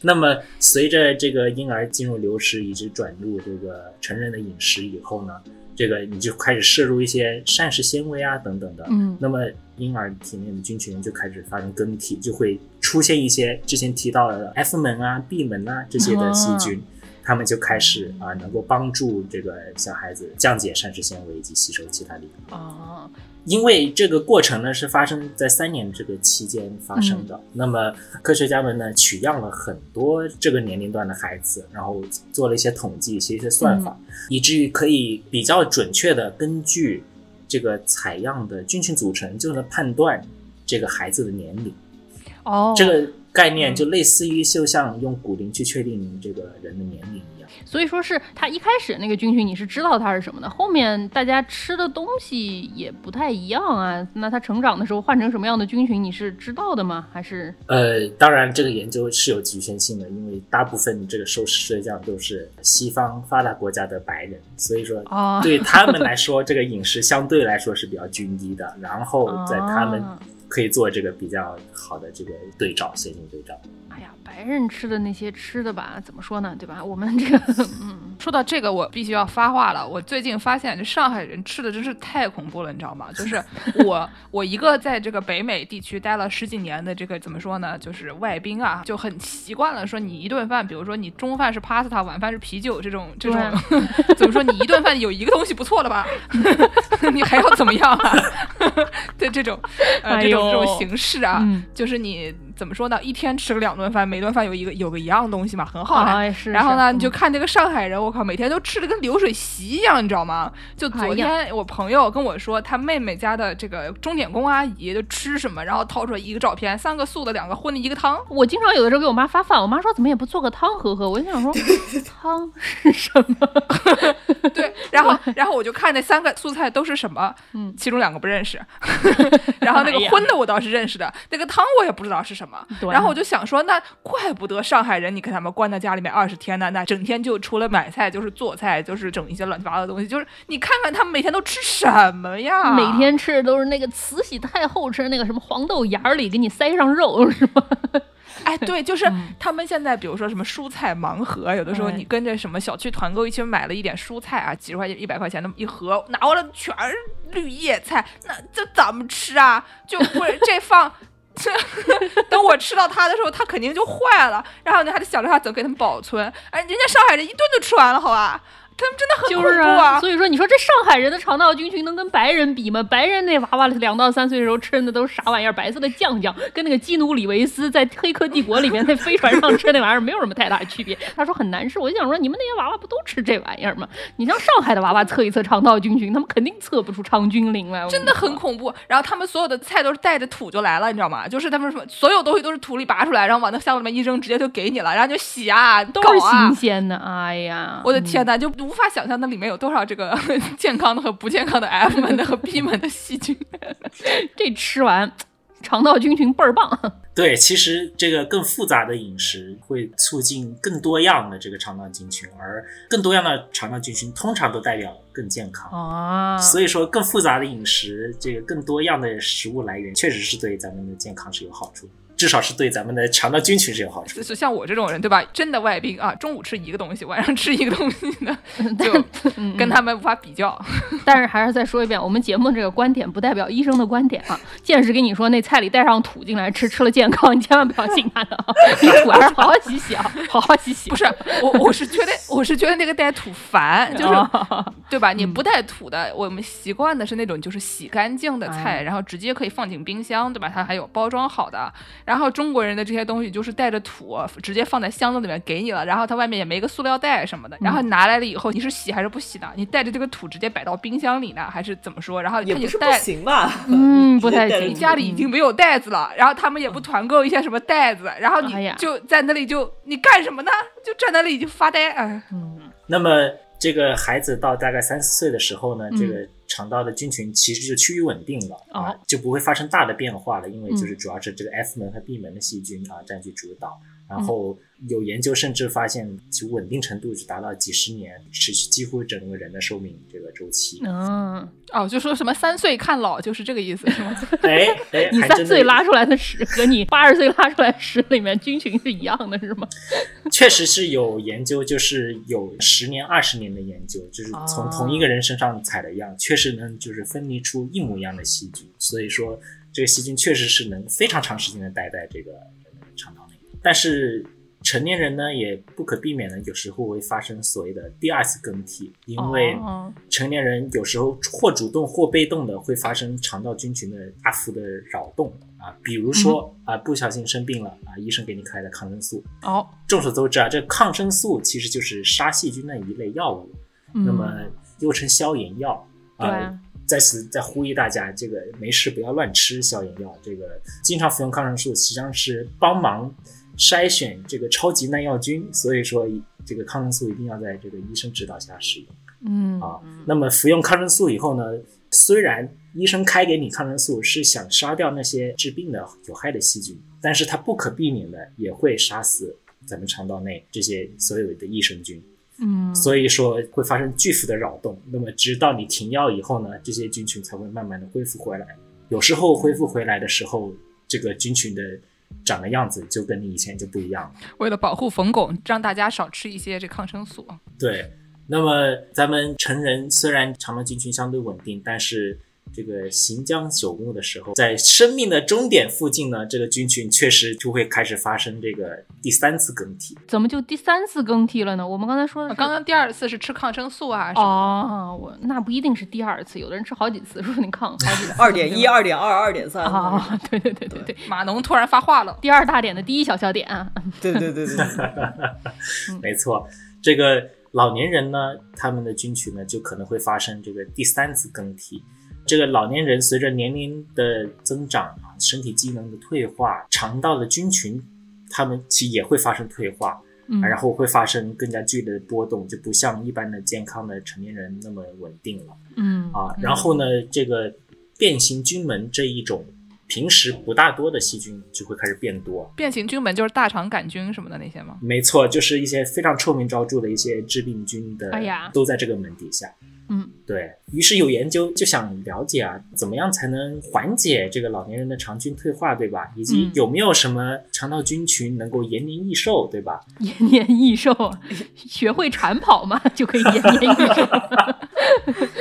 E: 那么随着这个婴儿进入流食，以及转入这个成人的饮食以后呢，这个你就开始摄入一些膳食纤维啊等等的，
C: 嗯
E: 那么婴儿体内的菌群就开始发生更替，就会出现一些之前提到的 F 门啊、B 门啊这些的细菌，它们就开始啊、能够帮助这个小孩子降解膳食纤维以及吸收其他的营养。
C: 啊，
E: 因为这个过程呢是发生在三年这个期间发生的，那么科学家们呢取样了很多这个年龄段的孩子，然后做了一些统计，一些一些算法，以至于可以比较准确的根据这个采样的菌群组成，就能判断这个孩子的年龄。
C: 哦，
E: 这个概念就类似于就像用骨龄去确定这个人的年龄一样。
C: 所以说是它一开始那个菌群你是知道它是什么的，后面大家吃的东西也不太一样啊。那它成长的时候换成什么样的菌群你是知道的吗？还是
E: 呃，当然，这个研究是有局限性的，因为大部分这个受试对象都是西方发达国家的白人，所以说
C: 啊
E: 对他们来说，这个饮食相对来说是比较均一的，然后在他们
C: 啊
E: 可以做这个比较好的这个对照，线性对照。
C: 哎呀，白人吃的那些吃的吧，怎么说呢，对吧？我们这个嗯，
B: 说到这个，我必须要发话了。我最近发现，这上海人吃的真是太恐怖了，你知道吗？
C: (laughs)
B: 就是我，我一个在这个北美地区待了十几年的这个怎么说呢，就是外宾啊，就很习惯了说你一顿饭，比如说你中饭是 pasta，晚饭是啤酒这种这种，怎么说你一顿饭有一个东西不错了吧？ (laughs) 你还要怎么样啊？ (laughs) 对这种呃
C: 哎
B: 这种这
C: 呦
B: 种形式啊，
C: 嗯
B: 就是你怎么说呢？一天吃个两顿饭，每顿饭有一个有个一样东西嘛，很好呀。
C: 啊是。
B: 然后
C: 是
B: 呢，你就
C: 嗯
B: 看这个上海人，我靠，每天都吃的跟流水席一样，你知道吗？就
C: 哎
B: 昨
C: 呀
B: 天我朋友跟我说，他妹妹家的这个钟点工阿姨就吃什么，然后掏出来一个照片，三个素的，两个荤的，一个汤。
C: 我经常有的时候给我妈发饭，我妈说怎么也不做个汤喝喝，我就想说汤是什么？
B: 对，然
C: (laughs)
B: 后然后我就看那三个素菜都是什么，
C: 嗯
B: 其中两个不
C: (laughs)
B: 认识，然后那
C: 哎呀
B: 个荤的我倒是认识的，那个汤我也不知道是什么。
C: 对
B: 然后我就想说，那怪不得上海人，你给他们关在家里面二十天呢，那整天就除了买菜就是做菜，就是整一些乱七八糟的东西，就是你看看他们每天都吃什么呀？
C: 每天吃的都是那个慈禧太后吃的那个什么黄豆芽儿里给你塞上肉是吗？
B: (laughs) 哎，对，就是
C: 嗯
B: 他们现在比如说什么蔬菜盲盒，有的时候
C: 哎
B: 你跟着什么小区团购一起买了一点蔬菜啊，几十块钱、一百块钱那么一盒，拿回来全是绿叶菜，那这怎么吃啊？就不是这
C: (laughs)
B: 放。 (laughs) 这等我吃到它的时候，它肯定就坏了。然后呢，还得想着它怎么给他们保存。哎，人家上海人一顿就吃完了，好吧？他们真 (laughs) 的很
C: 就
B: 恐
C: 是
B: 怖啊！
C: 所以说你说这上海人的肠道菌群能跟白人比吗？白人那娃娃两到三岁的时候吃的都是啥玩意儿？白色的酱酱，跟那个基努里维斯在《黑客帝国》里面那飞船上吃那玩意儿没有什么太大区别。他说很难吃，我就想说你们那些娃娃不都吃这玩意儿吗？你像上海的娃娃测一测肠道菌群，他们肯定测不出肠菌灵来。我跟
B: 真 (laughs)
C: 你
B: 的
C: 说
B: 很恐怖。然后他们所有的菜都是带着土就来了，你知道吗？就是他们什么所有东西都是土里拔出来，然后往那箱子里面一扔，直接就给你了，然后就洗啊，
C: 都
B: 搞
C: 是
B: 啊
C: 新。鲜的，哎呀，
B: 我的天呐，就无法想象那里面有多少这个 (laughs) 健康的和不健康的 F 们的和 B 们的细菌。 (laughs)
C: 这吃完肠道菌群倍
B: (laughs)
C: 儿棒。
E: 对，其实这个更复杂的饮食会促进更多样的这个肠道菌群，而更多样的肠道菌群通常都代表更健康。
C: 啊
E: 所以说，更复杂的饮食，这个更多样的食物来源，确实是对咱们的健康是有好处。至少是对咱们的肠道菌群是有好处
B: 就
E: 的。
B: 是像我这种人，对吧？真的外宾啊，中午吃一个东西，晚上吃一个东西的， (laughs) 就
C: 嗯
B: 跟他们无法比较。
C: 但是还是再说一遍，我们节目这个观点不代表医生的观点啊。 (laughs) 见识跟你说那菜里带上土进来吃，吃了健康，你千万不要信他的啊！你土还是好好洗洗啊，好好洗洗。
B: 不是，我我是觉得我是觉得那个带土烦，就是
C: 啊
B: 对吧？你不带土的，我们习惯的是那种就是洗干净的菜，然后直接可以放进冰箱，对吧？它还有包装好的。然后中国人的这些东西就是带着土，直接放在箱子里面给你了，然后它外面也没个塑料袋什么的。然后拿来了以后，你是洗还是不洗呢？你带着这个土直接摆到冰箱里呢，还是怎么说？然后它
D: 也不是不
B: 带。
D: 行吧？
C: 嗯，不
D: 直接
C: 太
D: 带着。
C: 行。
B: 家里已经没有袋子了，然后他们也不团购一些什么袋子，然后
C: 哎
B: 你
C: 呀
B: 就在那里就你干什么呢？就站在那里就发呆，哎，
E: 那么这个孩子到大概三四岁的时候呢，这个肠道的菌群其实就趋于稳定了、啊
C: 嗯哦，嗯
E: 就不会发生大的变化了，因为就是主要是这个 F 门和 B 门的细菌啊占据主导。然
C: 嗯
E: 后有研究甚至发现，其稳定程度只达到几十年，持续几乎整个人的寿命这个周期。
C: 嗯，
B: 哦，就说什么三岁看老，就是这个意思，是吗？
E: 哎
C: (laughs)
E: 哎，
C: 你
E: 还
C: 三
E: 真
C: 岁
E: 的
C: 拉出来的屎和你八十岁拉出来的屎里面菌群是一样的，是吗？
E: 确实是有研究，就是有十年、二十年的研究，就是从
C: 哦
E: 同一个人身上采的样，确实能就是分离出一模一样的细菌。所以说，这个细菌确实是能非常长时间的待在这个呃肠道内。但是成年人呢，也不可避免的有时候会发生所谓的第二次更替，因为
B: 哦
E: 成年人有时候或主动或被动的会发生肠道菌群的大幅的扰动啊，比如说啊，不小心生病了啊，医生给你开了抗生素。
C: 哦，
E: 众所周知啊，这抗生素其实就是杀细菌的一类药物，
C: 嗯、
E: 那么又称消炎药啊。
C: 对啊
E: 在此再呼吁大家，这个没事不要乱吃消炎药。这个经常服用抗生素，实际上是帮忙筛选这个超级耐药菌，所以说这个抗生素一定要在这个医生指导下使用。
C: 嗯
E: 啊那么服用抗生素以后呢，虽然医生开给你抗生素是想杀掉那些治病的有害的细菌，但是它不可避免的也会杀死咱们肠道内这些所有的益生菌，
C: 嗯，
E: 所以说会发生巨幅的扰动。那么直到你停药以后呢，这些菌群才会慢慢的恢复回来。有时候恢复回来的时候，这个菌群的长的样子就跟你以前就不一样了。
B: 为了保护冯巩，让大家少吃一些这抗生素。
E: 对，那么咱们成人虽然肠道菌群相对稳定，但是这个行将朽木的时候，在生命的终点附近呢，这个菌群确实就会开始发生这个第三次更替。
C: 怎么就第三次更替了呢？我们刚才说的是
B: 啊刚刚第二次是吃抗生素啊，是
C: 哦，我那不一定是第二次，有的人吃好几次，说不定抗好
B: (laughs)
C: 几次
D: (laughs) 二点一、二点二、二点三，
C: 啊，对对对对对，
B: 码农突然发话了。
C: 第二大点的第一小小点啊，
D: (laughs) 对对对对对，
E: 没错，这个老年人呢，他们的菌群呢就可能会发生这个第三次更替。这个老年人随着年龄的增长啊，身体机能的退化，肠道的菌群，他们其实也会发生退化。
C: 嗯，
B: 哎
E: 然后会发生更加剧烈的波动，就不像一般的健康的成年人那么稳定了
C: 嗯
E: 啊。然后呢，这个变形菌门这一种平时不大多的细菌就会开始变多。
B: 变形菌门就是大肠杆菌什么的那些吗？
E: 没错，就是一些非常臭名昭著的一些致病菌的，
C: 哎呀
E: 都在这个门底下。
C: 嗯，
E: 对于是有研究就想了解啊，怎么样才能缓解这个老年人的肠菌退化，对吧？以及
C: 嗯
E: 有没有什么肠道菌群能够延年益寿，对吧？
C: 延年益寿，啊学会长跑嘛，就可以延年益
B: (laughs)
C: 寿。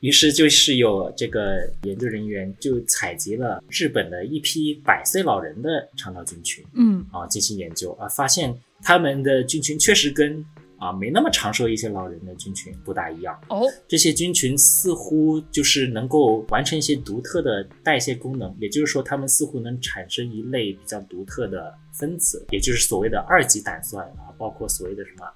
E: 于是就是有这个研究人员就采集了日本的一批百岁老人的肠道菌群
C: 嗯
E: 啊进行研究啊，发现他们的菌群确实跟啊没那么长寿一些老人的菌群不大一样，
C: 哦，
E: 这些菌群似乎就是能够完成一些独特的代谢功能，也就是说它们似乎能产生一类比较独特的分子，也就是所谓的二级胆酸啊，包括所谓的什么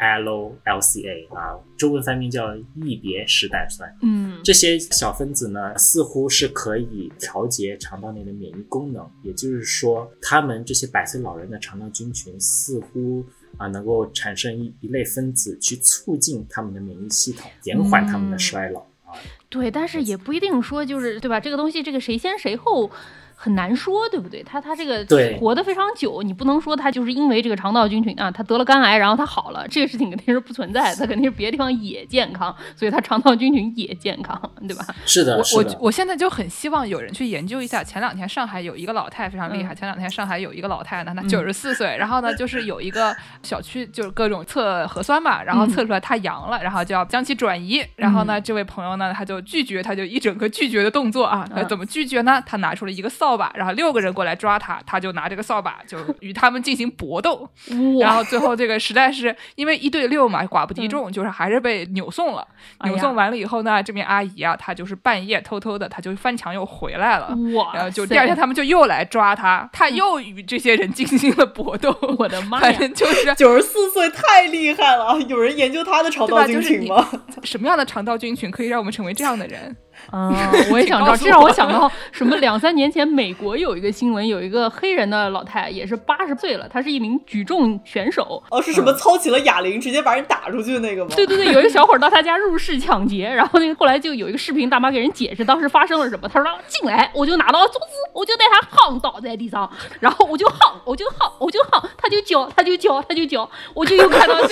E: isolyl-LCA 啊，中文翻译叫异别式胆酸。
C: 嗯
E: 这些小分子呢，似乎是可以调节肠道内的免疫功能，也就是说，他们这些百岁老人的肠道菌群似乎啊能够产生一一类分子去促进他们的免疫系统，延缓
B: 嗯
E: 他们的衰老。啊。
C: 对，但是也不一定说就是对吧？这个东西，这个谁先谁后，很难说，对不对？他他这个
E: 对
C: 活得非常久，你不能说他就是因为这个肠道菌群啊，他得了肝癌，然后他好了，这个事情肯定是不存
B: (laughs)
C: 在的，他肯定是别的地方也健康，所以他肠道菌群也健康，对吧？
E: 是的，
B: 我
E: 是
B: 我
E: 的，
B: 我现在就很希望有人去研究一下。前两天上海有一个老太非常厉害，
C: 嗯
B: 前两天上海有一个老太呢，她九十四岁，然后
C: (laughs)
B: 呢就是有一个小区就是各种测核酸嘛，然后
C: 嗯
B: 测出来她阳了，然后就要将其转移。然后呢，这位朋友呢他就拒绝，他就一整个拒绝的动作啊，他
C: 嗯
B: 怎么拒绝呢？他拿出了一个扫把，然后六个人过来抓他，他就拿这个扫把就与他们进行搏斗。 (laughs) 然后最后这个实在是因为一对六嘛，寡不敌众，就是还是被扭送了。
C: 嗯哎呀
B: 扭送完了以后呢，这名阿姨啊，她就是半夜偷偷的，她就翻墙又回来了。
C: 嗯哇，嗯
B: 然后就第二天，他们就又来抓她，她又与这些人进行了搏斗。
C: 我的妈
B: 反
C: 呀！
B: 正就是
D: 九十四岁太厉害了，有人研究他的肠
B: 对吧
D: 道菌
B: 就是
D: 群
B: 你
D: 吗？
B: 什么样的肠道菌群可以让我们成为这样的人？ (laughs)
C: 啊，我也想知道，
B: 告诉
C: 这让
B: 我
C: 我想
B: (laughs)
C: 到什么？两三年前，美国有一个新闻，有一个黑人的老太，也是八十岁了，她是一名举重选手。
D: 哦，是什么操起了哑铃，直接把人打出去的那个吗？
C: 对对对，有一个小伙儿到她家入室抢劫，然后那个后来就有一个视频大妈给人解释当时发生了什么。她说啊：“进来，我就拿到桌子，我就带他夯倒在地上，然后我就夯，我就夯，我就夯，他就叫，他就叫，他就叫，我就又看到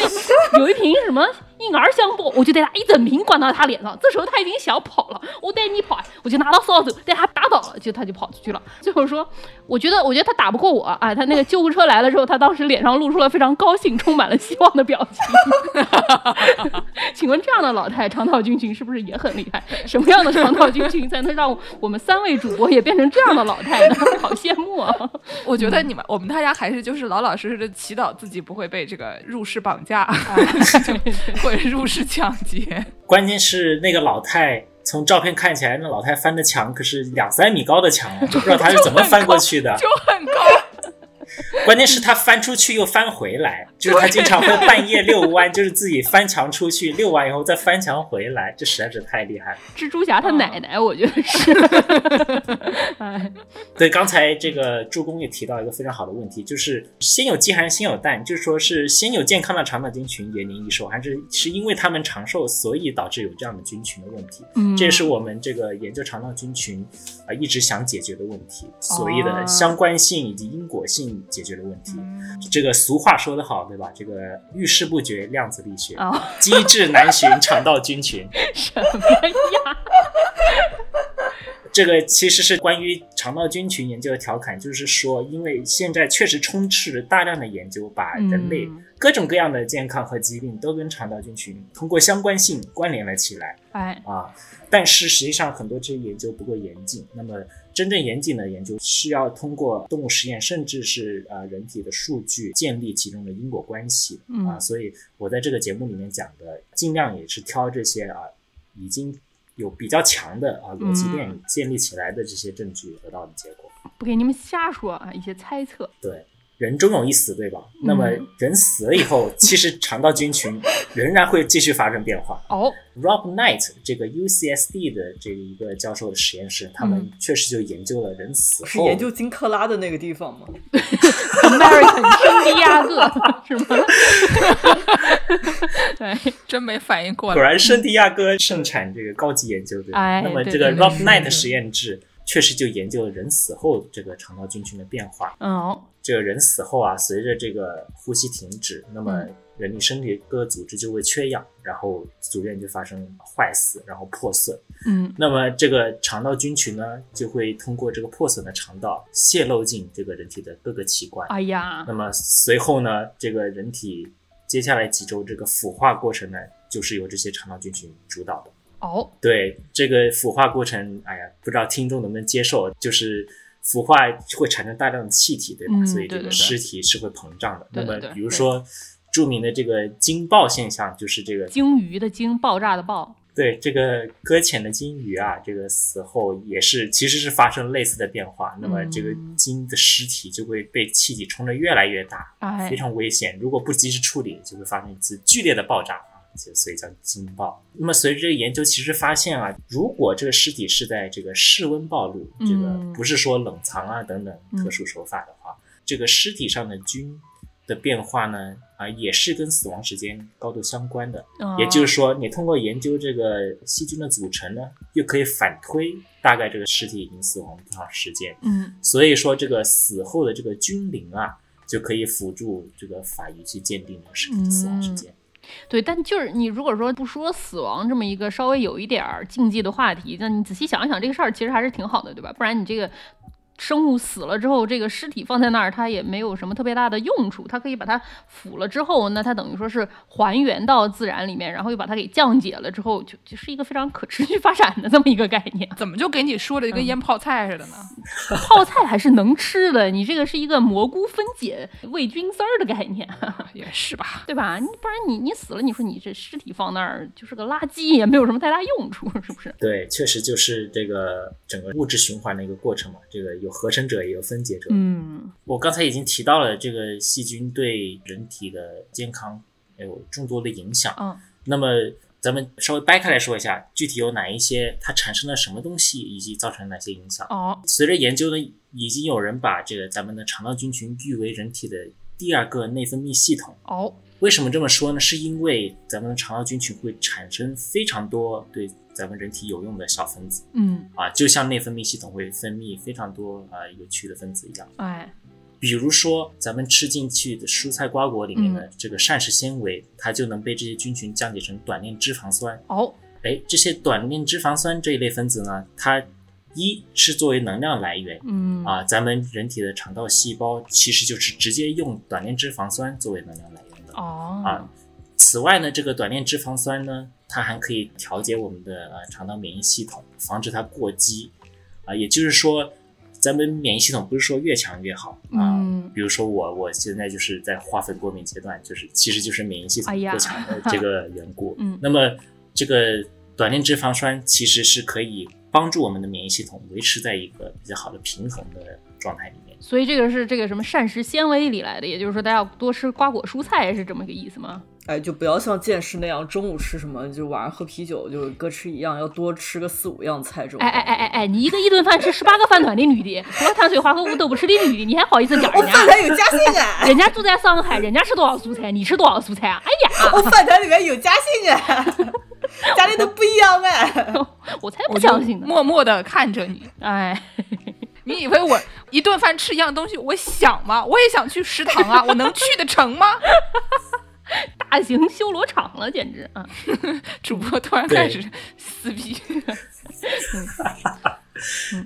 C: 那有一瓶什么婴儿香波，我就带他一整瓶灌到他脸上。这时候他已经想跑了，我带你跑，我就拿到扫帚带他打倒了，就他就跑出去了。最后说，我觉得我觉得他打不过我，哎，他那个救护车来了之后，他当时脸上露出了非常高兴、充满了希望的表情。 (laughs) 请问这样的老太肠道菌群是不是也很厉害？ (laughs) 什么样的肠道菌群才能让我们三位主播也变成这样的老太呢？好羡慕啊！
B: 我觉得你们我们大家还是就是老老实实的祈祷自己不会被这个入室绑架
C: 啊
B: (laughs) 或者入室抢劫。 (laughs)
E: 关键是那个老太。从照片看起来，那老太翻的墙可是两三米高的墙啊，就不知道她是怎么翻过去的。
B: (laughs) 就很高，
E: 关键是她翻出去又翻回来，就是她经常会半夜遛弯，就是自己翻墙出去，遛完以后再翻墙回来，这实在是太厉害了。
C: 蜘蛛侠他奶奶，我觉得 (laughs) 是。哎，
E: 对，刚才这个助攻也提到一个非常好的问题，就是先有鸡还是先有蛋？就是说是先有健康的肠道菌群延年益寿，还是是因为它们长寿，所以导致有这样的菌群的问题？
C: 嗯
E: 这也是我们这个研究肠道菌群啊、呃一直想解决的问题，所谓
B: 哦
E: 的相关性以及因果性解决的问题。这个俗话说得好，对吧？这个遇事不决，量子力学，
C: 哦，
E: (laughs) 机智难寻，肠道菌群。
C: 什么呀？
E: 这个其实是关于肠道菌群研究的调侃，就是说，因为现在确实充斥着大量的研究，把人类
C: 嗯
E: 各种各样的健康和疾病都跟肠道菌群通过相关性关联了起来
C: 哎，
E: 啊。但是实际上，很多这些研究不够严谨。那么，真正严谨的研究是要通过动物实验，甚至是呃人体的数据建立其中的因果关系
C: 嗯
E: 啊。所以我在这个节目里面讲的，尽量也是挑这些啊已经有比较强的啊逻辑链建立起来的这些证据得到的结果。
C: 不给你们瞎说啊，一些猜测。
E: 对，人终有一死，对吧？那么人死了以后，其实肠道菌群仍然会继续发生变化。
C: 哦，
E: Rob Knight 这个 UCSD 的这一个教授的实验室，他
C: 嗯
E: 们确实就研究了人死
D: 是
E: 后，
D: 研究金克拉的那个地方吗？
C: (laughs) American 圣地亚哥是吗？对，
B: 真没反应过
E: 果
B: 来。
E: 然圣地亚哥盛产这个高级研究，对吧？
C: 哎
E: 那么
C: 对
E: 这个
C: 对对
E: Rob
C: 是
E: Knight 实验室确实就研究了人死后这个肠道菌群的变化。
C: 嗯，
E: 这个人死后啊，随着这个呼吸停止，那么
C: 嗯
E: 人体身体各个组织就会缺氧，然后组员就发生坏死，然后破损。
C: 嗯，
E: 那么这个肠道菌群呢，就会通过这个破损的肠道泄漏进这个人体的各个器官。
C: 哎呀
E: 那，么随后呢，这个人体接下来几周这个腐化过程呢，就是由这些肠道菌群主导的。
C: 哦，
E: 对这个腐化过程，哎呀，不知道听众能不能接受，就是。腐化会产生大量的气体，对吧？
C: 嗯
E: 所以这
C: 对对
E: 个
C: 对
E: 尸体是会膨胀的。
C: 对对
E: 那
C: 对
E: 么，比如说著名的这个惊爆现象，就是这个
C: 鲸鱼的鲸，爆炸的爆，
E: 对这个搁浅的鲸鱼啊，这个死后也是其实是发生类似的变化。那么这个
C: 嗯
E: 鲸的尸体就会被气体冲得越来越大，
C: 哎
E: 非，常危险。如果不及时处理，就会发生一次剧烈的爆炸啊，就所以叫惊爆。那么随着这个研究，其实发现啊，如果这个尸体是在这个室温暴露，
C: 嗯
E: 这个不是说冷藏啊等等
C: 嗯
E: 特殊手法的话，这个尸体上的菌的变化呢，啊、也是跟死亡时间高度相关的。
C: 哦
E: 也就是说，你通过研究这个细菌的组成呢，又可以反推大概这个尸体已经死亡多长时间。
C: 嗯
E: 所以说，这个死后的这个菌龄啊，就可以辅助这个法医去鉴定这个尸体的死亡时间。
C: 嗯对，但就是你如果说不说死亡这么一个稍微有一点儿禁忌的话题，那你仔细想一想这个事儿，其实还是挺好的，对吧？不然你这个生物死了之后，这个尸体放在那儿，它也没有什么特别大的用处。它可以把它腐了之后，那它等于说是还原到自然里面，然后又把它给降解了之后，就就是一个非常可持续发展的这么一个概念。
B: 怎么就给你说的
C: 嗯
B: 就跟腌泡菜似的呢？
C: 泡菜还是能吃的，你这个是一个蘑菇分解味菌丝儿的概念。
B: 也是吧，
C: 对吧？你不然你你死了，你说你这尸体放那儿就是个垃圾，也没有什么太大用处，是不是？
E: 对，确实就是这个整个物质循环的一个过程嘛。这个有合成者，也有分解者。
C: 嗯，
E: 我刚才已经提到了这个细菌对人体的健康有众多的影响。
C: 嗯，
E: 那么咱们稍微掰开来说一下，具体有哪一些它产生了什么东西，以及造成哪些影响。
C: 哦，
E: 随着研究呢，已经有人把这个咱们的肠道菌群誉为人体的第二个内分泌系统。
C: 哦，
E: 为什么这么说呢？是因为咱们的肠道菌群会产生非常多对咱们人体有用的小分子
C: 嗯，
E: 啊，就像内分泌系统会分泌非常多啊、有趣的分子一样。
C: 哎，
E: 比如说，咱们吃进去的蔬菜瓜果里面的这个膳食纤维，它就能被这些菌群降解成短链脂肪酸。
C: 哦，
E: 哎，这些短链脂肪酸这一类分子呢，它一是作为能量来源
C: 嗯，
E: 啊，咱们人体的肠道细胞其实就是直接用短链脂肪酸作为能量来源的。
C: 哦
E: 啊，此外呢，这个短链脂肪酸呢，它还可以调节我们的呃肠道免疫系统，防止它过激。啊，也就是说，咱们免疫系统不是说越强越好啊。
C: 嗯
E: 比如说我，我现在就是在划分过敏阶段，就是其实就是免疫系
C: 哎
E: 统
C: 呀
E: 过强的这个缘故。
C: 嗯
E: 那么这个短链脂肪酸其实是可以帮助我们的免疫系统维持在一个比较好的平衡的状态里面。
C: 所以这个是这个什么膳食纤维里来的，也就是说大家要多吃瓜果蔬菜，是这么个意思吗？
D: 哎，就不要像健师那样，中午吃什么就晚上喝啤酒，就是各吃一样，要多吃个四五样菜这种。
C: 哎哎哎哎哎，你一个一顿饭吃十八个饭团的女的，除了碳水化合物都不吃的女的，你还好意思讲
D: 我
C: 人
D: 饭
C: 家？
D: 团啊有夹心
C: (laughs)
D: 哎，
C: 人家住在上海，人家吃多少蔬菜，你吃多少蔬菜啊？哎呀，
D: 我哦饭团里面有夹心哎，家里都不一样哎。
C: 我才
B: 我
C: 不
B: 就
C: 相信呢！
B: 默默的看着你，
C: 哎，
B: 你以为我一顿饭吃一样东西，我想吗？我也想去食堂
C: (laughs)
B: 啊，我能去得成吗？
C: 大型修罗场了，简直啊！
B: 主播突然开始撕逼，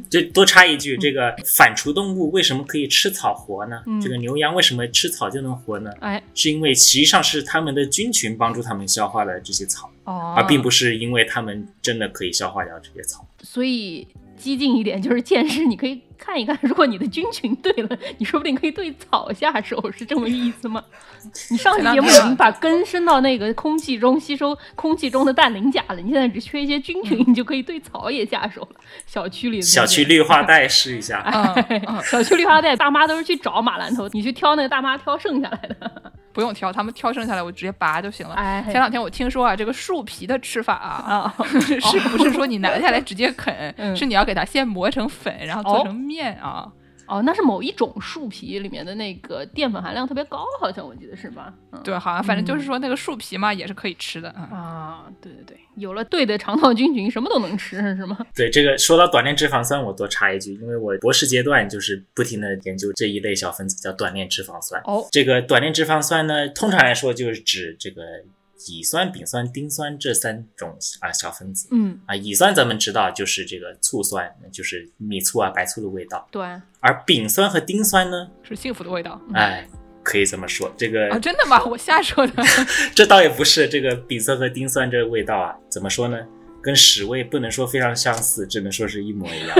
E: 就多插一句，这个反刍动物为什么可以吃草活呢？
C: 嗯
E: 这个牛羊为什么吃草就能活呢？
C: 哎，
E: 是因为实际上是它们的菌群帮助它们消化了这些草，
C: 哦，
E: 而啊并不是因为它们真的可以消化掉这些草。
C: 所以激进一点就是见识，你可以看一看，如果你的菌群对了，你说不定可以对草下手，是这么个意思吗？你上期节目已经把根伸到那个空气中，吸收空气中的氮磷钾了，你现在只缺一些菌群，你就可以对草也下手了。小区里的
E: 小区。绿化带试一下，
B: 嗯嗯，
C: (laughs) 小区绿化带大妈都是去找马兰头，你去挑那个大妈挑剩下来的。
B: 不用挑，他们挑剩下来我直接拔就行了。
C: (laughs) 哎
B: 前两天我听说啊，这个树皮的吃法啊，
C: 啊， (laughs)
B: 是不是说你拿下来直接
C: 嗯
B: 啃？是你要给它先磨成粉，然后
C: 哦
B: 做成面啊？
C: 哦，那是某一种树皮里面的那个淀粉含量特别高，好像我记得是吧？嗯，
B: 对，好像反正就是说那个树皮嘛，也是可以吃的啊。
C: 啊，对对对，有了对的肠道菌群，什么都能吃，是吗？
E: 对这个说到短链脂肪酸，我多插一句，因为我博士阶段就是不停的研究这一类小分子，叫短链脂肪酸。
C: 哦，
E: 这个短链脂肪酸呢，通常来说就是指这个乙酸、丙酸、丁酸这三种啊小分子。
C: 嗯，
E: 啊，乙酸咱们知道就是这个醋酸，就是米醋啊、白醋的味道。
C: 对，嗯
E: 而丙酸和丁酸呢，
B: 是幸福的味道
E: 哎，可以这么说，这个、
C: 哦
B: 啊！真的吗？我瞎说 (laughs) 的。
E: (laughs) 这倒也不是这个丙酸和丁酸这个味道啊，怎么说呢？跟屎味不能说非常相似，只能说是一模一
C: (laughs)
E: 样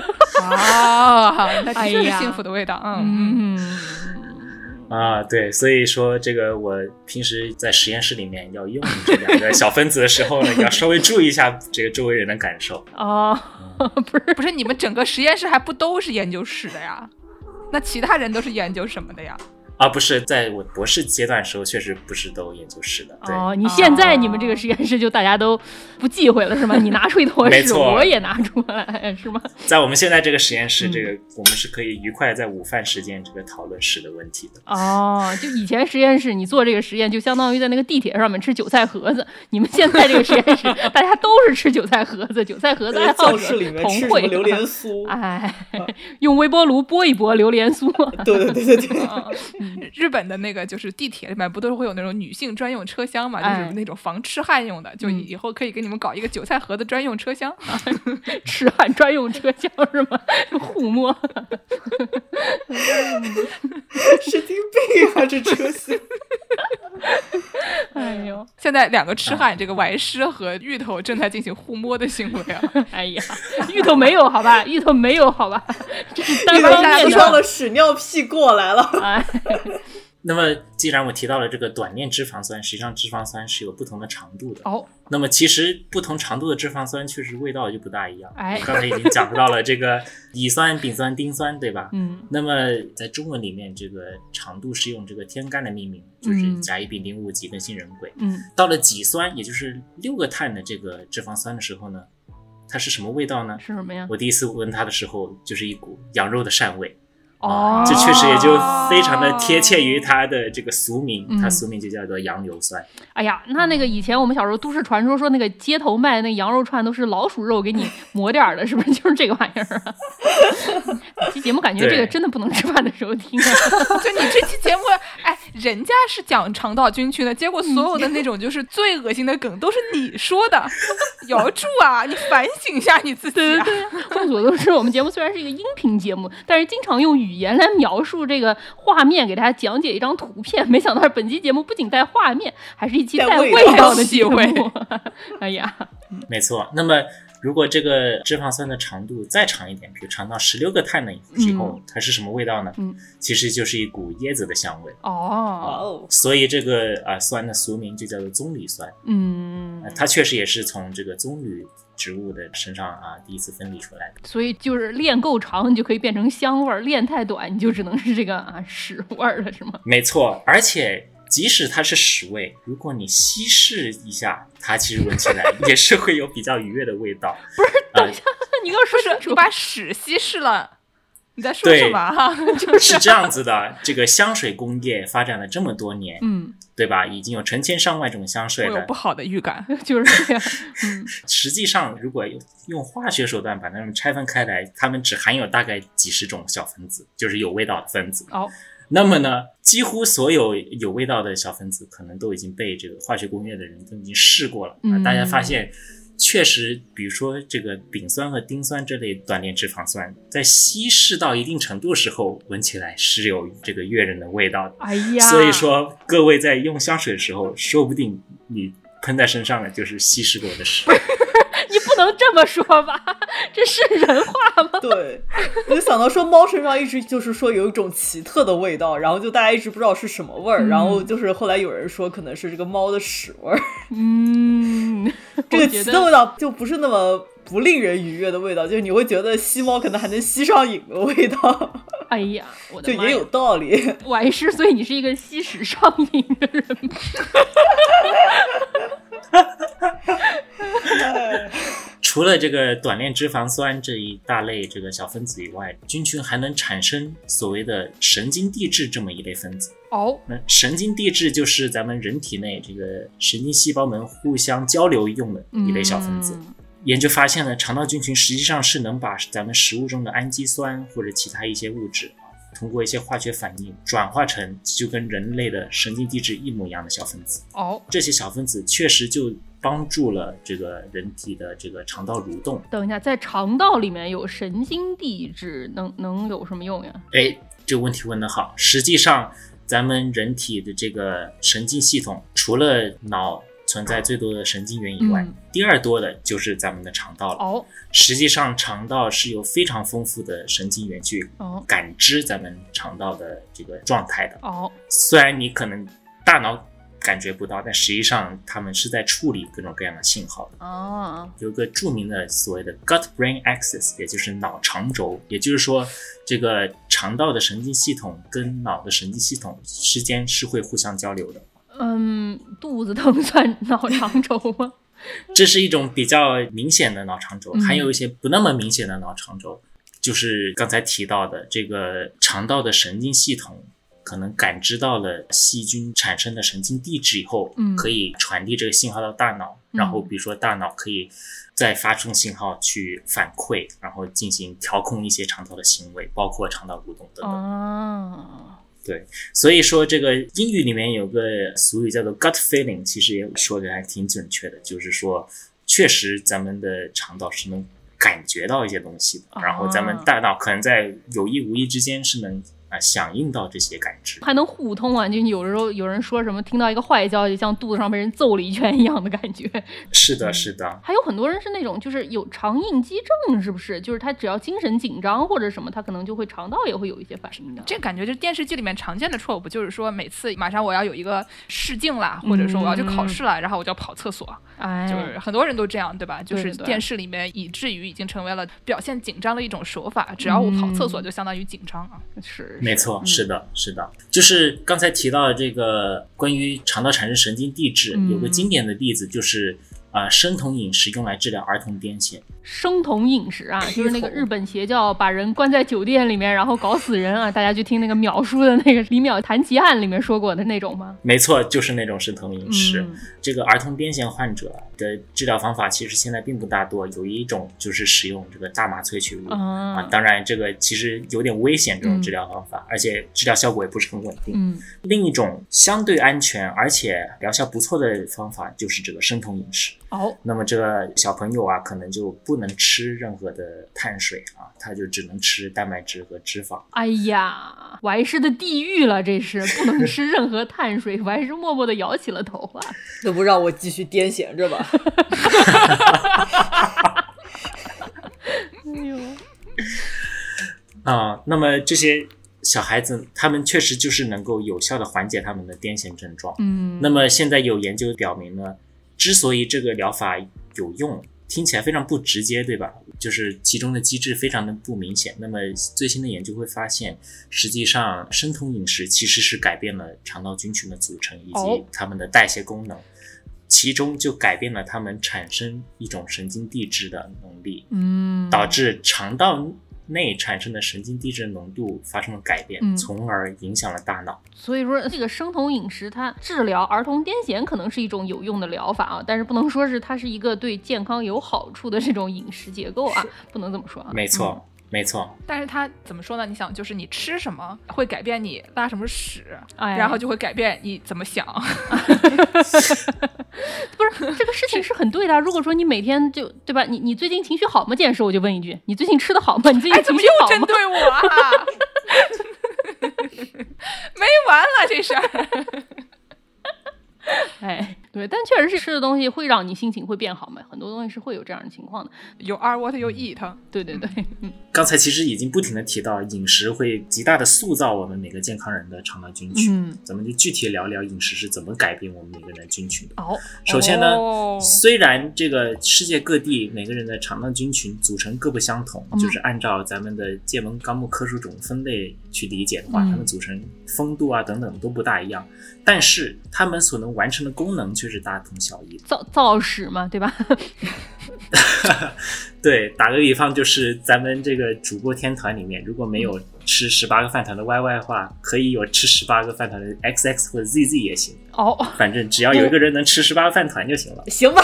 B: 啊， (laughs) 那的确
C: 哎
B: 是
C: 呀
B: 幸福的味道。嗯嗯，
C: 嗯，
E: 啊。对，所以说这个我平时在实验室里面要用这两个小分子的时候
C: (laughs)
E: 呢，要稍微注意一下这个周围人的感受。
C: 哦，不是，
B: 嗯不是你 (laughs) 们整个实验室还不都是研究室的呀？那其他人都是研究什么的呀？
E: 啊，不是，在我博士阶段的时候，确实不是都研究室的，对，
C: 哦，你现在你
D: 啊
C: 们这个实验室就大家都不忌讳了是吗？你拿出一坨
E: 没
C: 屎，
E: 错
C: 我也拿出来是吗？
E: 在我们现在这个实验室，
C: 嗯
E: 这个我们是可以愉快地在午饭时间这个讨论屎的问题的。
C: 哦，就以前实验室你做这个实验，就相当于在那个地铁上面吃韭菜盒子。你们现在这个实验室，大家都是吃韭菜盒子，韭菜盒子爱
D: 在
C: 好
D: 教
C: 者
D: 室里面
C: 同
D: 吃什么
C: 会
D: 榴莲
C: (laughs)
D: 酥？
C: 哎，用微波炉拨一拨榴莲酥。
D: 对对对对对，
B: (laughs) 日本的那个就是地铁里面不都是会有那种女性专用车厢嘛，
C: 哎
B: 就是那种防痴汉用的，就
C: 嗯
B: 以后可以给你们搞一个韭菜盒子专用车厢。
C: 痴汉专用车厢是吗？互摸。
D: 神经病啊，这车厢。
C: 哎呦，
B: 现在两个痴汉，这个丸师和芋头正在进行互摸的行为啊。
C: 哎呀，芋头没有好吧？芋头没有好吧？这是单
D: 你
C: 方
D: 都
C: 面
D: 不上
C: 的。
D: 了屎尿屁过来了。
C: 哎，
E: 那么，既然我提到了这个短链脂肪酸，实际上脂肪酸是有不同的长度的。
C: 哦，
E: 那么，其实不同长度的脂肪酸确实味道就不大一样。
C: 哎
E: 我刚才已经讲到了这个乙酸、丙酸、丁酸，对吧？
C: 嗯，
E: 那么在中文里面，这个长度是用这个天干的命名，就是
C: 嗯
E: 甲乙丙丁戊己庚辛壬癸。
C: 嗯，
E: 到了己酸，也就是六个碳的这个脂肪酸的时候呢，它是什么味道呢？
C: 是什么呀？
E: 我第一次闻它的时候，就是一股羊肉的膻味。
C: 哦，
E: 这确实也就非常的贴切于它的这个俗名，
C: 嗯
E: 它俗名就叫做羊硫酸。
C: 哎呀，那那个以前我们小时候都市传说说那个街头卖那羊肉串都是老鼠肉给你抹点儿的，是不是 (laughs) 就是这个玩意儿啊？这节目感觉这个
E: 对
C: 真的不能吃饭的时候听、啊。
B: (laughs) 就你这期节目，哎，人家是讲肠道菌群的，结果所有
C: 嗯 (laughs)
B: 的那种就是最恶心的梗都是你说的， (laughs) 姚柱啊，你反省一下你
C: (laughs)
B: 自己、啊。
C: 众所周知，我们节目虽然是一个音频节目，但是经常用语言来描述这个画面，给大家讲解一张图片。没想到本期节目不仅带画面，还是一期
D: 带
C: 带
D: 味
C: 味
D: 道
C: 道的
B: 细
C: 节目 (laughs)
B: 味。
C: 哎呀，
E: 没错。那么如果这个脂肪酸的长度再长一点，比如长到十六个碳的以后，它是什么味道呢？
C: 嗯
E: 其实就是一股椰子的香味。
D: 哇
C: (laughs) 哦，
D: 哦，
E: 所以这个啊、呃酸的俗名就叫做棕榈酸、
C: 嗯
E: 呃，它确实也是从这个棕榈植物的身上啊第一次分离出来的。
C: 所以就是练够长，你就可以变成香味儿；练太短，你就只能是这个啊屎味儿了，是 (laughs) 吗？
E: 没错，而且即使它是屎味，如果你稀释一下，它其实闻起
B: (laughs)
E: 来也是会有比较愉悦的味道。不是，呃、
C: 你给我说清
B: 你
C: 楚。
B: 把屎稀释了，你在说什么啊？ (laughs)
E: 是这样子的，这个香水工业发展了这么多年，
C: 嗯，
E: 对吧？已经有成千上万种香
B: 我
E: 水
B: 有
E: 了
B: 不。好的预感。
C: (laughs) 就是这样。嗯，
E: 实际上，如果用化学手段把它们拆分开来，它们只含有大概几十种小分子，就是有味道的分子。
C: 哦，
E: 那么呢，几乎所有有味道的小分子，可能都已经被这个化学工业的人都已经试过了。
C: 嗯
E: 啊大家发现，确实，比如说这个丙酸和丁酸这类短链脂肪酸，在稀释到一定程度时候，闻起来是有这个悦人的味道的。
C: 哎呀，
E: 所以说，各位在用香水的时候，说不定你喷在身上的就是稀释过的屎。
C: 你不能这么说吧？这是人话吗？
D: (laughs) 对，我就想到说猫身上一直就是说有一种奇特的味道，然后就大家一直不知道是什么
C: 嗯
D: 味儿，然后就是后来有人说可能是这个猫的屎味
C: (laughs)
D: 儿，
C: 嗯，
D: 这个
C: 我
D: 奇
C: 觉
D: 特
C: 得
D: 味道就不是那么。不令人愉悦的味道，就是你会觉得吸猫可能还能吸上瘾的味道，
C: 哎呀，我
D: 就
C: 的妈
D: 也
C: 呀
D: 有！道理。 (laughs)
C: 我还是，所以你是一个吸食上瘾的人吗。
E: 除了这个短链脂肪酸这一大类这个小分子以外，菌群还能产生所谓的神经递质这么一类分子。
C: 哦，
E: 那神经递质就是咱们人体内这个神经细胞们互相交流用的一类小分子。
C: 嗯
E: 研究发现呢，肠道菌群实际上是能把咱们食物中的氨基酸或者其他一些物质啊，通过一些化学反应转化成就跟人类的神经递质一模一样的小分子。
C: 哦，
E: 这些小分子确实就帮助了这个人体的这个肠道蠕动。
C: 等一下，在肠道里面有神经递质，能能有什么用呀？
E: 哎，这个问题问得好。实际上，咱们人体的这个神经系统，除了脑存在最多的神经元以外，
C: 嗯
E: 第二多的就是咱们的肠道了。
C: 哦
E: 实际上，肠道是有非常丰富的神经元去
C: 哦
E: 感知咱们肠道的这个状态的。
C: 哦，
E: 虽然你可能大脑感觉不到，但实际上他们是在处理各种各样的信号的。
C: 哦，
E: 有一个著名的所谓的 gut brain axis，也就是脑肠轴，也就是说，这个肠道的神经系统跟脑的神经系统之间是会互相交流的。
C: 嗯，肚子疼算脑肠轴吗？
E: 这是一种比较明显的脑肠轴，
C: 嗯
E: 还有一些不那么明显的脑肠轴，就是刚才提到的这个肠道的神经系统。可能感知到了细菌产生的神经递质以后，
C: 嗯
E: 可以传递这个信号到大脑，
C: 嗯
E: 然后比如说大脑可以再发送信号去反馈，然后进行调控一些肠道的行为，包括肠道蠕动等
C: (laughs)
E: 等。
C: 哦，
E: 所以说，这个英语里面有个俗语叫做 “gut feeling”，其实也说的还挺准确的，就是说，确实咱们的肠道是能感觉到一些东西的，
C: 哦
E: 然后咱们大脑可能在有意无意之间是能啊、响应到这些感知。
C: 还能互通啊！就你有的时候有人说什么，听到一个坏消息，像肚子上被人揍了一拳一样的感觉。 (laughs)
E: 是
C: 嗯
E: 的，是的，
C: 还有很多人是那种就是有肠应激症，是不是？就是他只要精神紧张或者什么，他可能就会肠道也会有一些反应的。
B: 这感觉就是电视剧里面常见的错误，不就是说每次马上我要有一个试镜啦，或者说我要去考
C: 嗯
B: 试啦，然后我就要跑厕所，
C: 哎，
B: 就是很多人都这样，对吧？就
C: 对
B: 是
C: 对对
B: 电视里面以至于已经成为了表现紧张的一种手法，只要我
C: 嗯
B: 跑厕所就相当于紧张啊。
C: 是
E: 没错，
C: 嗯
E: 是的，是的，就是刚才提到的这个关于肠道产生神经递质，
C: 嗯
E: 有个经典的例子就是。啊，生酮饮食用来治疗儿童癫痫，
C: 生酮饮食啊，就是那个日本邪教把人关在酒店里面，然后搞死人啊！大 (laughs) 家去听那个秒叔的那个李淼谈奇案里面说过的那种吗？
E: 没错，就是那种生酮饮食。
C: 嗯
E: 这个儿童癫痫患者的治疗方法其实现在并不大多，有一种就是使用这个大麻萃取
B: 嗯
E: 物、啊，
C: 啊，
E: 当然这个其实有点危险这种治疗方法，而且治疗效果也不是很稳定。
C: 嗯
E: 另一种相对安全而且疗效不错的方法就是这个生酮饮食。
C: 哦，
E: 那么这个小朋友啊，可能就不能吃任何的碳水啊，他就只能吃蛋白质和脂肪。
C: 哎呀，我还是的地狱了，这
E: (laughs)
C: 是不能吃任何碳水，我还是默默的摇起了头
E: (laughs)
C: 啊。
D: 要不让我继续癫痫着吧？
C: 哎呦，
E: 啊、那么这些小孩子，他们确实就是能够有效的缓解他们的癫痫症状。
C: 嗯，
E: 那么现在有研究表明呢，之所以这个疗法有用，听起来非常不直接，对吧？就是其中的机制非常的不明显。那么最新的研究会发现，实际上生酮饮食其实是改变了肠道菌群的组成以及
C: 哦
E: 它们的代谢功能。其中就改变了它们产生一种神经递质的能力，
C: 嗯，
E: 导致肠道内产生的神经递质浓度发生了改变，
C: 嗯
E: 从而影响了大脑。
C: 所以说，这个生酮饮食它治疗儿童癫痫可能是一种有用的疗法啊，但是不能说是它是一个对健康有好处的这种饮食结构啊，不能这么说啊。
E: 没错，没错，
B: 但是它怎么说呢？你想，就是你吃什么会改变你拉什么屎，
C: 嗯，哎，
B: 然后就会改变你怎么
C: (laughs)
B: 想。
C: 不是这个事情是很对的啊。如果说你每天就对吧，你你最近情绪好吗？健师，我就问一句，你最近吃的好吗？你最
B: 哎，
C: 近
B: 怎
C: 情
B: 么
C: 绪
B: 又
C: 好
B: 针
C: 吗？
B: 对我
C: (laughs)
B: 啊？没完了这事儿。
C: 哎，对，但确实是吃的东西会让你心情会变好嘛，很多东西是会有这样的情况的。
B: You are what you eat。
C: 对对对，嗯
E: 刚才其实已经不停的提到，饮食会极大的塑造我们每个健康人的肠道菌群。
C: 嗯，
E: 咱们就具体聊聊饮食是怎么改变我们每个人的菌群的。
C: 好、
E: 首先呢，
B: 哦
E: 虽然这个世界各地每个人的肠道菌群组成各不相同，
C: 嗯
E: 就是按照咱们的界门纲目科属种分类去理解的话，
C: 嗯
E: 它们组成风度啊等等都不大一样，但是它们所能完成的功能却是大同小异
C: (laughs)
E: 的。
C: 造造屎嘛，对吧？ (laughs)
E: 对，打个比方，就是咱们这个主播天团里面，如果没有吃十八个饭团的 YY 的话，可以有吃十八个饭团的 XX 或者 ZZ 也行，
C: 哦，
E: 反正只要有一个人能吃十八个饭团就行了。
D: 行吧，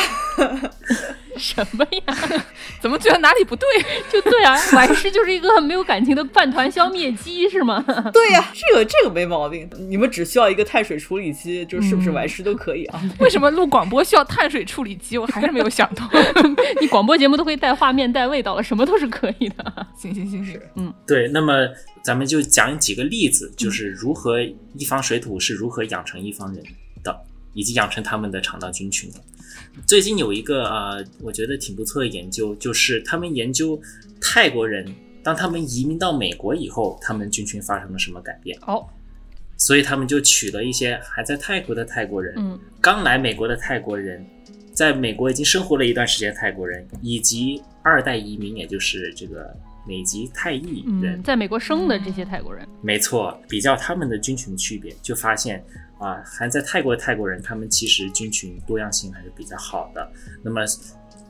C: 什么呀？
B: (laughs) 怎么觉得哪里不对？
C: 就对啊，完事就是一个没有感情的饭团消灭机是吗？ (laughs)
D: 对呀、这个这个没毛病。你们只需要一个碳水处理器，就是不
C: 嗯
D: 是完事都可以啊。
B: 为什么录广播需要碳水处理机？我还是没有想
C: (laughs)
B: 通。
C: 你广播节目都可以带画面、带味道了，什么都是可以的。
B: 行行行行，
E: 对，那么咱们就讲几个例子，就是如何一方水土是如何养成一方人的，以及养成他们的肠道菌群的。最近有一个呃，我觉得挺不错的研究，就是他们研究泰国人，当他们移民到美国以后，他们菌群发生了什么改变。
C: 哦，
E: 所以他们就娶了一些还在泰国的泰国人，
C: 嗯
E: 刚来美国的泰国人，在美国已经生活了一段时间的泰国人，以及二代移民，也就是这个美籍泰裔人，
C: 嗯，在美国生的这
E: 嗯
C: 些泰国人，
E: 没错，比较他们的军群区别，就发现啊，还在泰国的泰国人，他们其实军群多样性还是比较好的。那么，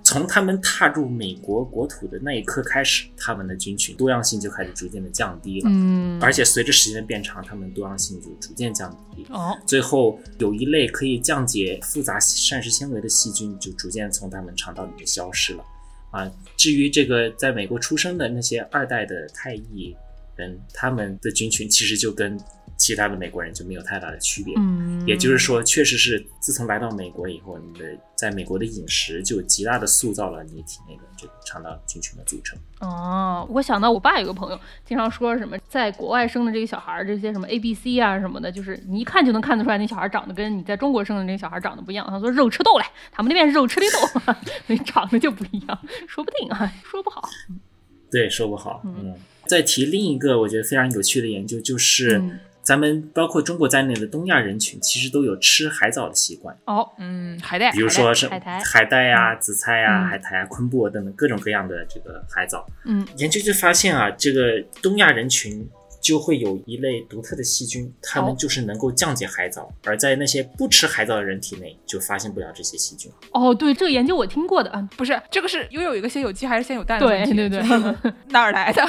E: 从他们踏入美国国土的那一刻开始，他们的军群多样性就开始逐渐的降低了，
C: 嗯，
E: 而且随着时间的变长，他们多样性就逐渐降低。
C: 哦，
E: 最后，有一类可以降解复杂膳食纤维的细菌，就逐渐从他们肠道里面消失了。啊，至于这个在美国出生的那些二代的泰裔人，他们的菌群其实就跟其他的美国人就没有太大的区别。
C: 嗯，
E: 也就是，说，确实是自从来到美国以后，你的在美国的饮食就极大的塑造了你体内的这个肠道菌群的组成。
C: 哦，我想到我爸有个朋友，经常说什么在国外生的这个小孩儿，这些什么 A B C 啊什么的，就是你一看就能看得出来，那小孩儿长得跟你在中国生的那个小孩儿长得不一样。他说肉吃豆嘞，他们那边是肉吃的豆， (laughs) 所以长得就不一样，说不定啊，说不好。
E: 对，说不好。
C: 嗯
E: 嗯，再提另一个我觉得非常有趣的研究，就是
C: 嗯
E: 咱们包括中国在内的东亚人群，其实都有吃海藻的习惯，
C: 哦，
B: 嗯，海带
E: 比，如说是
C: 海苔
E: 海带啊、紫菜啊、
C: 嗯
E: 海苔啊、昆布啊等等各种各样的这个海藻。
C: 嗯，
E: 研究就发现啊，这个东亚人群。就会有一类独特的细菌，它
C: 哦
E: 们就是能够降解海藻，而在那些不吃海藻的人体内就发现不了这
C: (laughs)
E: 些细菌。
C: 哦，对，这个研究我听过的啊，
B: 不是这个是拥有一个先有鸡还是先有蛋的问题，
C: 对对对，
B: (laughs) 哪儿来的？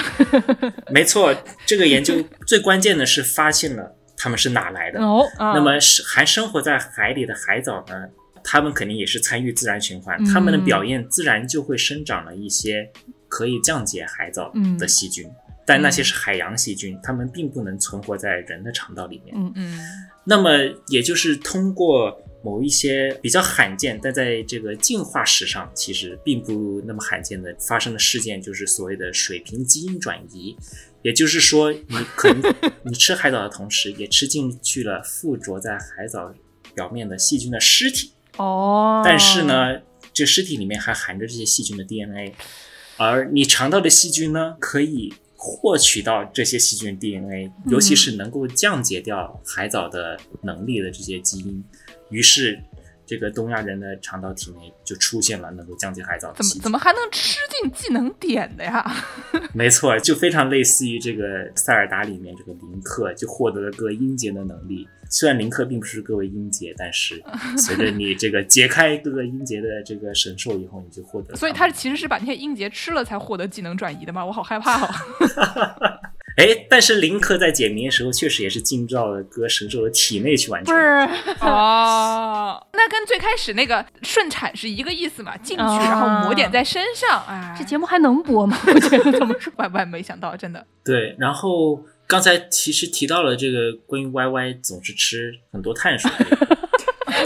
E: 没错，这个研究最关键的是发现了它们是哪
C: (laughs)
E: 来的。
C: 哦，
B: 嗯
E: 那么是还生活在海里的海藻呢，它们肯定也是参与自然循环，它们的表面自然就会生长了一些可以降解海藻的细菌。但那些是海洋细菌，它们并不能存活在人的肠道里面。
C: 嗯
B: 嗯，
E: 那么，也就是通过某一些比较罕见，但在这个进化史上其实并不那么罕见的发生的事件，就是所谓的水平基因转移。也就是说，你可能你吃海藻的同时，也吃进去了附着在海藻表面的细菌的尸体，
C: 哦，
E: 但是，呢，这尸体里面还含着这些细菌的 DNA，而你肠道的细菌呢，可以获取到这些细菌 DNA，尤
B: 嗯
E: 其是能够降解掉海藻的能力的这些基因，于是。这个东亚人的肠道体内就出现了能够降解海藻的
B: 怎
E: 细
B: 么
E: 菌，
B: 怎么还能吃进技能点的
C: (laughs)
B: 呀？
E: 没错，就非常类似于这个塞尔达里面这个林克就获得了各音节的能力。虽然林克并不是各位音节，
B: (laughs)
E: 但是随着你这个解开各个音节的这个神兽以后，你就获得了们。
B: 所以他其实是把那些音节吃了才获得技能转移的吗？我好害怕哦。
E: 哎，但是林克在解谜的时候，确实也是进到了各神兽的体内去完
C: 不
E: 成。
C: 是， (laughs)
B: 哦， (laughs) 那跟最开始那个顺产是一个意思嘛？进去
C: 哦
B: 然后抹点在身上，哎，
C: 啊这节目还能播吗？ (laughs) 我觉得怎么说？
B: (laughs) 万万没想到，真的。
E: 对，然后刚才其实提到了这个关于 YY 总是吃很多碳水，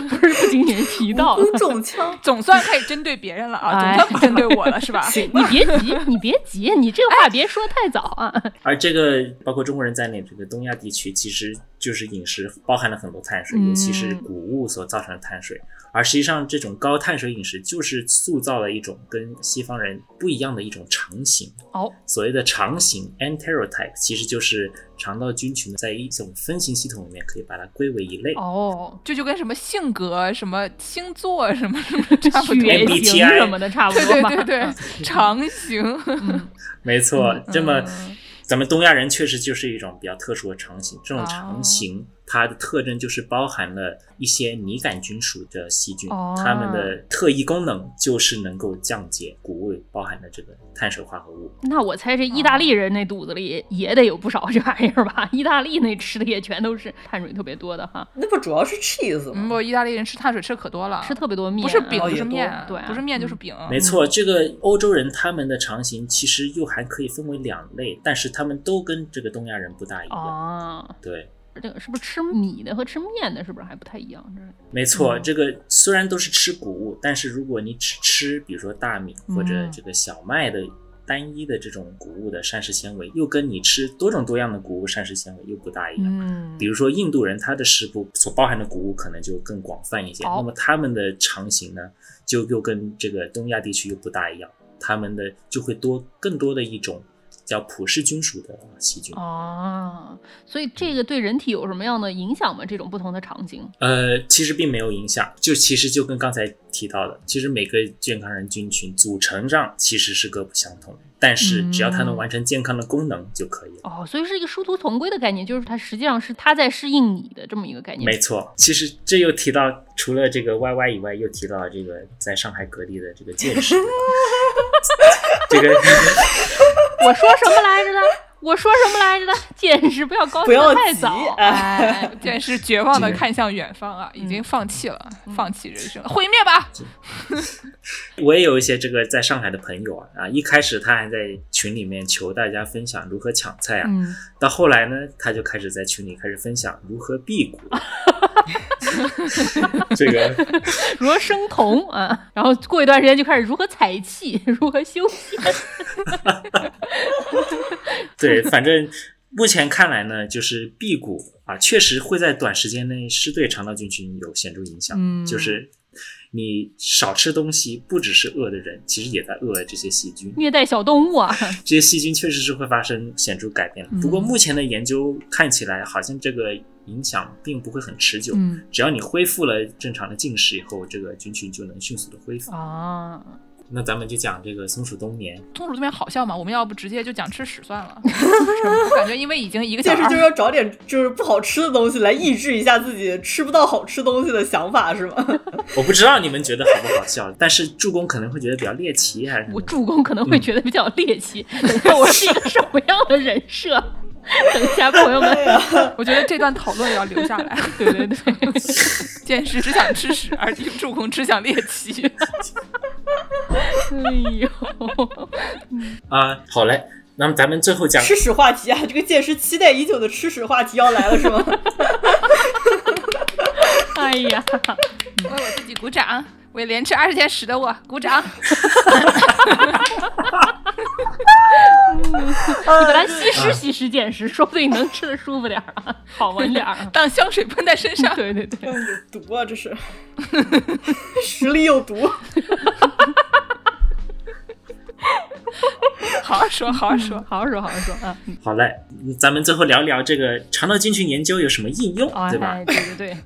C: 不是 (laughs) 不仅仅是提到了
D: 无。辜中枪。
B: 总算开始针对别
C: (laughs)
B: 人了啊，
C: 哎
B: 总算不针对我了
C: (laughs)
B: 是吧？ (laughs)
C: 你别急，你别急，你这话别说太早啊！
E: 而这个包括中国人在内，这个东亚地区其实就是饮食包含了很多碳水，
C: 嗯
E: 尤其是谷物所造成的碳水。而实际上，这种高碳水饮食就是塑造了一种跟西方人不一样的一种常型。
C: 哦，
E: 所谓的肠型 （enterotype） 其实就是肠道菌群在一种分型系统里面，可以把它归为一类。
C: 哦，
B: 这就跟什么性格、什么星座、
C: (laughs)
B: 什么什么 (laughs) 差不多。
C: 血
E: MBTI
C: 型什么的差不
B: 对
C: 多
B: 对
C: 吧。
B: 对
C: (laughs)
B: 对，长型。
C: 嗯，
E: 没错，
C: 嗯
E: 这么
B: 嗯
E: 咱们东亚人确实就是一种比较特殊的肠型，这种
B: 哦
E: 肠型、它的特征就是包含了一些拟杆菌属的细菌，
C: 哦
E: 它们的特异功能就是能够降解谷物包含的这个碳水化合物。
C: 那我猜这意大利人那肚子里也得有不少这玩意儿吧？意大利那吃的也全都是碳水特别多的哈，
D: 那不主要是 cheese
B: 嗯，
D: 吗？
B: 我意大利人吃碳水吃可多了，
C: 吃特别多面，
B: 啊不是饼就
D: 哦也
B: 是
D: 多
B: 面，
C: 对啊
B: 不是面就是饼。
E: 没
C: 哦
E: 错，这个欧洲人他们的肠型其实又还可以分为两类，但是他们都跟这个东亚人不大一样。
C: 哦，
E: 对，
C: 这个是不是吃米的和吃面的，是不是还不太一样？这
E: 没错，
C: 嗯
E: 这个虽然都是吃谷物，但是如果你只吃比如说大米
C: 嗯
E: 或者这个小麦的单一的这种谷物的膳食纤维，又跟你吃多种多样的谷物膳食纤维又不大一样。
C: 嗯
E: 比如说印度人，他的食谱所包含的谷物可能就更广泛一些，
C: 哦
E: 那么他们的肠型呢，就又跟这个东亚地区又不大一样，他们的就会多更多的一种叫普氏菌属的细菌。
C: 哦，所以这个对人体有什么样的影响吗？这种不同的场景，
E: 呃，其实并没有影响，就其实就跟刚才提到的，其实每个健康人菌群组成上其实是各不相同，但是只要它能
C: 嗯
E: 完成健康的功能就可以了。
C: 哦，所以是一个殊途同归的概念，就是它实际上是它在适应你的这么一个概念。
E: 没错，其实这又提到除了这个 YY 以外，又提到这个在上海隔离的这
D: (laughs)
E: 个见识，这个 (laughs)
C: 我说什么来着呢？我说什么来着呢？ (laughs) 简直不要高
D: 不要
C: 兴太
D: 急
C: 早，
D: 哎
C: (laughs) 哎，
B: 但是绝望的
E: 这个
B: 看向远方啊，已
C: 嗯
B: 经放弃了，放弃人生了，毁灭吧！
E: 我也有一些这个在上海的朋友啊，啊，一开始他还在群里面求大家分享如何抢菜啊，
C: 嗯，
E: 到后来呢，他就开始在群里开始分享如何辟
C: (laughs)
E: 谷，这个
C: 如何生酮啊？然后过一段时间就开始如何采气， (laughs) 如何修气。
E: 对，反正目前看来呢，就是辟谷啊，确实会在短时间内是对肠道菌群有显著影响。
C: 嗯
E: 就是你少吃东西，不只是饿的人，其实也在饿这些细菌。
C: 虐待小动物啊！
E: 这些细菌确实是会发生显著改变的。
C: 嗯
E: 不过目前的研究看起来，好像这个影响并不会很持久。
C: 嗯
E: 只要你恢复了正常的进食以后，这个菌群就能迅速的恢复。
C: 啊，
E: 那咱们就讲这个松鼠冬眠，
B: 松鼠这边好笑吗？我们要不直接就讲吃屎算
C: (laughs)
B: 了？我感觉因为已经一个小
D: 健
B: 时
D: 身就是要找点就是不好吃的东西来抑制一下自己吃不到好吃东西的想法，是吗？
E: 我不知道你们觉得好不好笑，但是助攻可能会觉得比较猎奇，还是什么
C: 我助攻可能
E: 嗯
C: 会觉得比较猎奇， (laughs) 等一下我是一个什么样的人设？等一下，朋友们，
B: 我觉得这段讨论也要留下
C: (laughs)
B: 来。
C: 对对对，
B: 见识只想吃屎，而助攻只想猎奇。
C: 哎呦，
E: 啊，好嘞，那么咱们最后讲，
D: 吃屎话题啊，这个健身期待已久的吃屎话题要来了，是吗？ (laughs)
C: 哎 (laughs) 呀，嗯
B: (laughs) 为我自己鼓掌，为连吃二十天屎的我鼓
C: (laughs)
B: 掌。
C: 你把它吸食吸食捡食，说不定能吃的舒服点儿啊，好闻点儿啊。
B: 当香水喷在身上，
C: 对对对，
D: 有毒啊，这是，屎里有毒。
B: 好好说，好好说。
C: 好好说，好好说啊！
E: 好嘞，咱们最后聊聊这个肠道菌群研究有什么应用，
C: 哎
E: 对吧？
C: 对对对，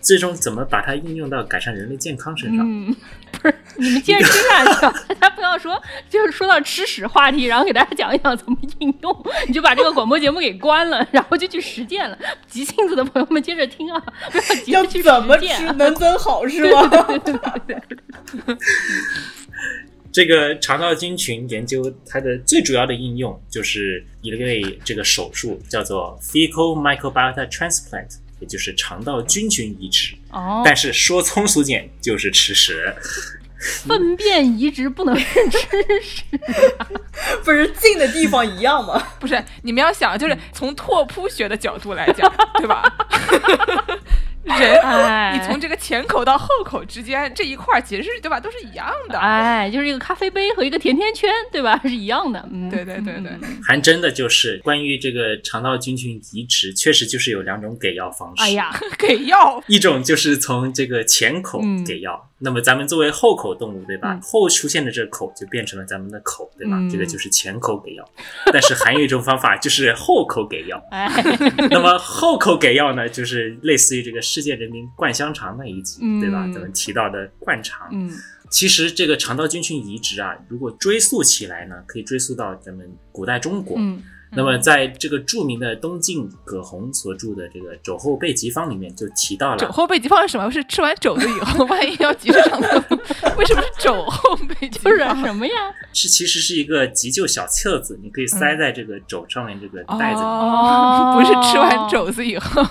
E: 最终怎么把它应用到改善人类健康身
B: (laughs)
E: 上？
C: 嗯，不是，你们接着听下去啊，大家不要说，就是说到吃屎话题，然后给大家讲一讲怎么应用，你就把这个广播节目给关了，然后就去实践了。 (laughs) 急性子的朋友们接着听啊，不要急
D: 要
C: 着去实
D: 怎么
C: 践
D: 吃
C: 啊。
D: 能增好是吗？ (laughs)
E: 这个肠道菌群研究它的最主要的应用就是一类这个手术，叫做 fecal microbiota transplant，也就是肠道菌群移植。
C: 哦，嗯
E: 但是说通俗点就是吃屎。
C: 粪便移植不能是吃屎，
D: 不是近的地方一样吗？
B: (laughs) 不是，你们要想，就是从拓扑学的角度来讲，对吧？ (laughs) 人，(laughs)
C: 哎，
B: 你从这个前口到后口之间这一块，其实是对吧，都是一样的。
C: 哎，就是一个咖啡杯和一个甜甜圈，对吧？是一样的，嗯，
B: 对对对对
C: 嗯。
E: 还真的就是关于这个肠道菌群移植，确实就是有两种给药方式。
C: 哎呀，
B: (laughs) 给药，
E: 一种就是从这个前口
C: 嗯
E: 给药，那么咱们作为后口动物，对吧？
C: 嗯
E: 后出现的这个口就变成了咱们的口，对吧？
C: 嗯，
E: 这个就是前口给药。但是还有一种方法就是后口给药
C: 哎，
E: 那么后口给药呢，就是类似于这个世界人民灌香肠那一集，
C: 嗯
E: 对吧？咱们提到的灌肠。
C: 嗯，
E: 其实这个肠道菌群移植啊，如果追溯起来呢，可以追溯到咱们古代中国。
B: (laughs)
C: 嗯，
E: 那么在这个著名的东晋葛洪所著的这个《肘后备急方》里面就提到了
B: 肘后备急方是什么？是吃完肘子以后，万一要急着上厕所，为什么是肘后备急 (laughs)
C: 不是
B: 方？
C: 什么呀？
E: 是其实是一个急救小册子，你可以塞在这个肘上面这个袋子里。
B: 哦， (laughs) 不是吃完肘子以后，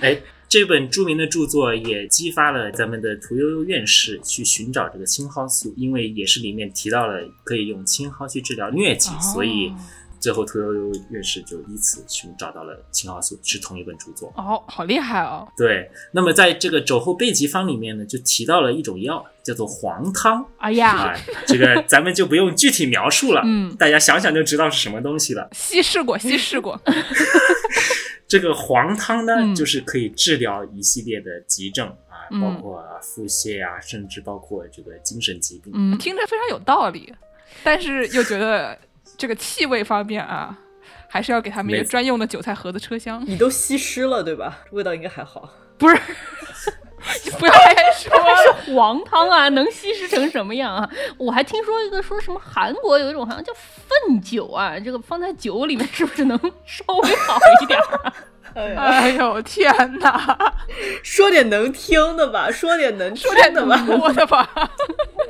E: 哎、这本著名的著作也激发了咱们的屠呦呦院士去寻找这个青蒿素，因为也是里面提到了可以用青蒿去治疗疟疾，
B: 哦
E: 所以最后屠呦呦院士就依此寻找到了青蒿素，是同一本著作。
B: 哦，好厉害哦！
E: 对，那么在这个肘后备急方里面呢，就提到了一种药，叫做黄汤
C: 哎呀，
E: 啊，这个咱们就不用具体描述了，
C: 嗯
E: 大家想想就知道是什么东西了。
B: 稀释过，稀释 (laughs) 过。
E: 这个黄汤呢，
C: 嗯
E: 就是可以治疗一系列的急症啊，
C: 嗯
E: 包括啊腹泻啊，甚至包括这个精神疾病。
C: 嗯，
B: 听着非常有道理，但是又觉得这个气味方面啊，还是要给他们一个
E: 没
B: 专用的韭菜盒子车厢。
D: 你都吸湿了对吧？味道应该还好。
B: (laughs) 不要再说
E: (laughs)
B: 了，
C: 是黄汤啊，能稀释成什么样啊？我还听说一个说什么韩国有一种好像叫粪酒啊，这个放在酒里面是不是能稍微好一点儿啊？ (laughs)
D: 哎呀，
B: 哎呦天哪！
D: 说点能听的吧，说点能听
B: 说点
D: 的
B: 能
D: 吧。
B: 播的吧？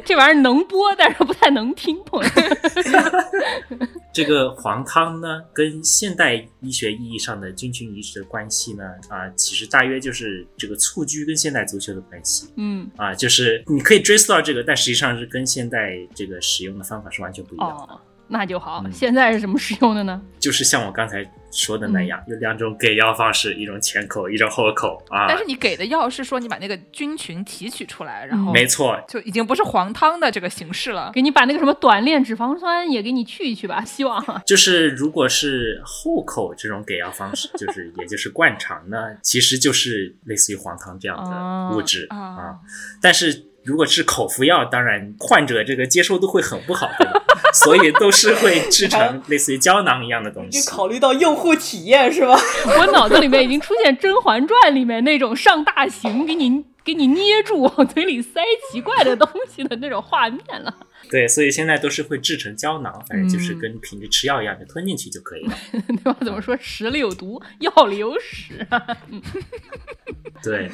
C: 这玩意儿能播，但是不太能听，朋友们。
E: 这个黄汤呢，跟现代医学意义上的菌群移植的关系呢，啊，其实大约就是这个蹴鞠跟现代足球的关系
C: (laughs) 嗯，
E: 啊，就是你可以追溯到这个，但实际上是跟现代这个使用的方法是完全不一样的。
C: 哦，那就好。
E: 嗯
C: 现在是什么使用的呢？
E: 就是像我刚才说的那样，
C: 嗯
E: 有两种给药方式，一种前口，一种后口啊。
B: 但是你给的药是说你把那个菌群提取出来，
C: 哦
B: 然后
E: 没错，
B: 就已经不是黄汤的这个形式了。
C: 给你把那个什么短链脂肪酸也给你去一去吧，希望啊。
E: 就是如果是后口这种给药方式，就是也就是灌肠呢，其实就是类似于黄汤这样的物质、
B: 哦
E: 啊。但是如果是口服药，当然患者这个接受度会很不好，对吧 (laughs) 所以都是会制成类似于胶囊一样的东
D: 你
E: 西。
D: 考虑到用户体验是吧？
C: 我脑子里面已经出现《甄嬛传》里面那种上大刑给你给你捏住往嘴里塞奇怪的东西的那种画面了。
E: 对，所以现在都是会制成胶囊，反正就是
C: 嗯
E: 跟平时吃药一样，就吞进去就可以了。
C: (laughs) 对吧？怎么说屎里有毒，药里有屎啊？
E: 对，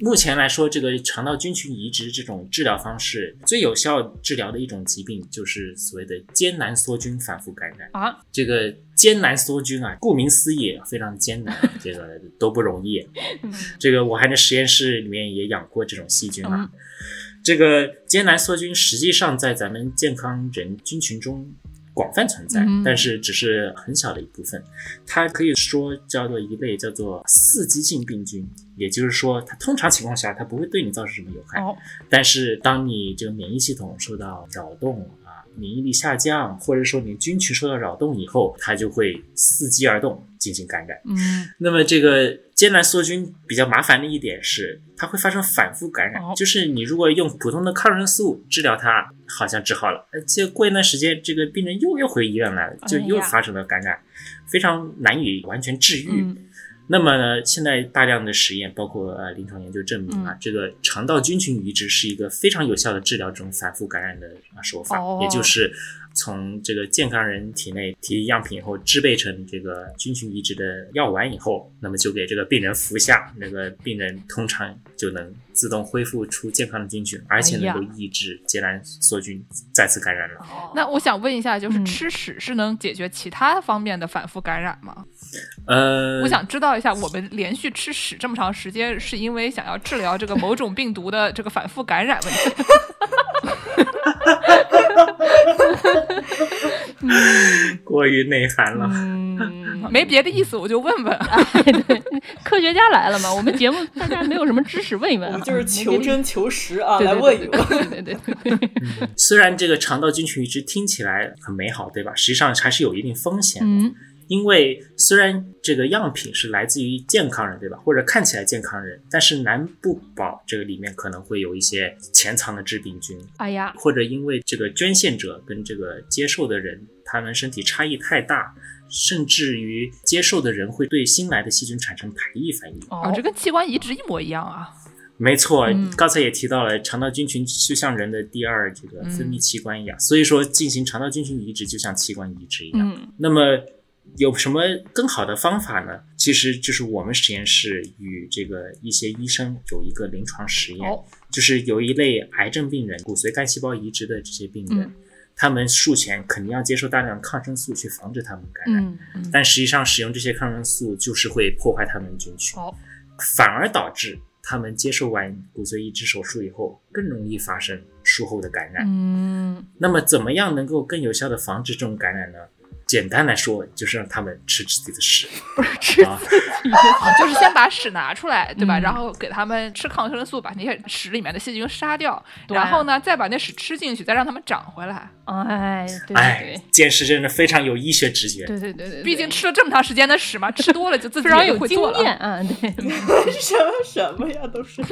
E: 目前来说，这个肠道菌群移植这种治疗方式最有效治疗的一种疾病，就是所谓的艰难梭菌反复感染。
C: 啊
E: 这个艰难梭菌啊，顾名思义，非常艰难，这个都不容易。这个我还在实验室里面也养过这种细菌啊。这个艰难梭菌实际上在咱们健康人菌群中广泛存在，
C: 嗯
E: 但是只是很小的一部分。它可以说叫做一类叫做刺激性病菌，也就是说，它通常情况下它不会对你造成什么有害，
C: 哦，
E: 但是当你这个免疫系统受到扰动啊，免疫力下降，或者说你菌群受到扰动以后，它就会伺机而动进行感染。
C: 嗯，
E: 那么这个艰难梭菌比较麻烦的一点是，它会发生反复感染
C: 哦，
E: 就是你如果用普通的抗生素治疗它，好像治好了，呃结果过一段时间，这个病人又又回医院来了，就
C: 哎呀
E: 又发生了感染，非常难以完全治愈。
C: 嗯
E: 那么呢，现在大量的实验，包括呃临床研究证
B: 嗯
E: 明啊，这个肠道菌群移植是一个非常有效的治疗这种反复感染的啊手法，
C: 哦
E: 也就是从这个健康人体内提样品以后，制备成这个菌群移植的药丸以后，那么就给这个病人服下，那个病人通常就能自动恢复出健康的菌群，而且
C: 哎呀
E: 能够抑制艰难梭菌再次感染了。
B: 那我想问一下，就是
C: 嗯
B: 吃屎是能解决其他方面的反复感染吗？
E: 呃，
B: 我想知道一下，我们连续吃屎这么长时间，是因为想要治疗这个某种病毒的这个反复感染问题？
E: 过于内涵了。
C: 嗯，
B: 没别的意思，我就问问。
C: 科学家来了嘛？我们节目大家没有什么知识问一问
D: (laughs) 我
C: 啊，
D: 们就是求真求实啊，
C: 对
D: 来问一问。
C: 对对对对对对，
E: (laughs) 虽然这个肠道菌群移植听起来很美好，对吧？实际上还是有一定风险的，
C: 嗯
E: 因为虽然这个样品是来自于健康人，对吧？或者看起来健康人，但是难不保这个里面可能会有一些潜藏的致病菌，
C: 哎呀，
E: 或者因为这个捐献者跟这个接受的人他们身体差异太大，甚至于接受的人会对新来的细菌产生排异反应。
B: 啊，
C: 哦
B: 这，跟器官移植一模一样啊！
E: 没错，
C: 嗯
E: 刚才也提到了，肠道菌群就像人的第二这个
C: 嗯
E: 分泌器官一样，所以说进行肠道菌群移植就像器官移植一样。
C: 嗯
E: 那么有什么更好的方法呢？其实就是我们实验室与这个一些医生有一个临床实验，
C: 哦
E: 就是有一类癌症病人，骨髓干细胞移植的这些病人，
C: 嗯
E: 他们术前肯定要接受大量抗生素去防止他们感染，
C: 嗯嗯，
E: 但实际上使用这些抗生素就是会破坏他们的菌群。
C: 哦
E: 反而导致他们接受完骨髓移植手术以后，更容易发生术后的感染。
C: 嗯
E: 那么，怎么样能够更有效的防止这种感染呢？简单来说，就是让他们吃自己的屎。
C: 吃
E: 啊
C: 自己的
B: 哦就是先把屎拿出来，对吧？
C: 嗯
B: 然后给他们吃抗生素，把那些屎里面的细菌杀掉，
C: 对
B: 然后呢，再把那屎吃进去，再让他们长回来。
C: 哎，对
E: 哎
C: 对，
E: 见识真的非常有医学直觉。
C: 对对对对对，
B: 毕竟吃了这么长时间的屎嘛，吃多了就自己
C: 非常
B: 也
C: 有
B: 会
C: 经
B: 做了。
C: 验啊， (laughs) 对，
D: 什么什么呀，都是。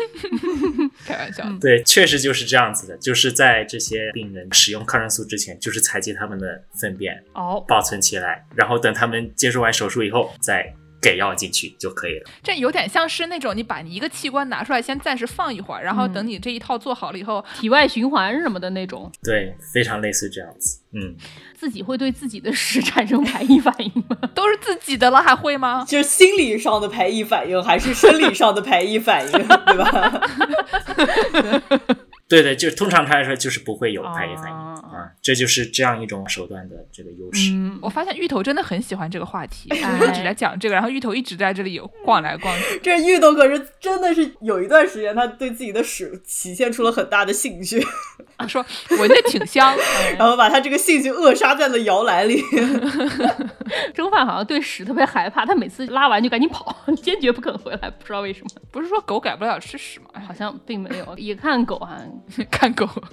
B: 开玩
C: 嗯
B: 笑，
E: 对，确实就是这样子的，就是在这些病人使用抗生素之前，就是采集他们的粪便，
C: 哦，
E: 保存起来，然后等他们接受完手术以后再给药进去就可以了。
B: 这有点像是那种你把你一个器官拿出来，先暂时放一会儿，然后
C: 嗯
B: 等你这一套做好了以后，
C: 体外循环什么的那种，
E: 对，非常类似这样子。嗯，
C: 自己会对自己的屎产生排异反应吗？
B: 都是自己的了，还会吗？
D: 就是心理上的排异反应，还是生理上的排异反应，对吧？ (laughs)
E: 对对，就通常来说就是不会有排异反应
C: 哦
E: 啊，这就是这样一种手段的这个优势。
C: 嗯
B: 我，发现芋头真的很喜欢这个话题，
C: 哎
B: 我一直在讲这个，然后芋头一直在这里有逛来逛去。 (laughs)
D: 这运动可是真的是有一段时间，他对自己的屎体现出了很大的兴趣，
B: 他说闻着挺香， (laughs)
D: 然后把他这个兴趣扼杀在了摇篮里。 (laughs)
C: 蒸饭好像对屎特别害怕，他每次拉完就赶紧跑， (laughs) 坚决不肯回来，不知道为什么，
B: 不是说狗改不了吃屎吗？
C: 好像并没有。也看狗啊。
B: (laughs) 看狗，啊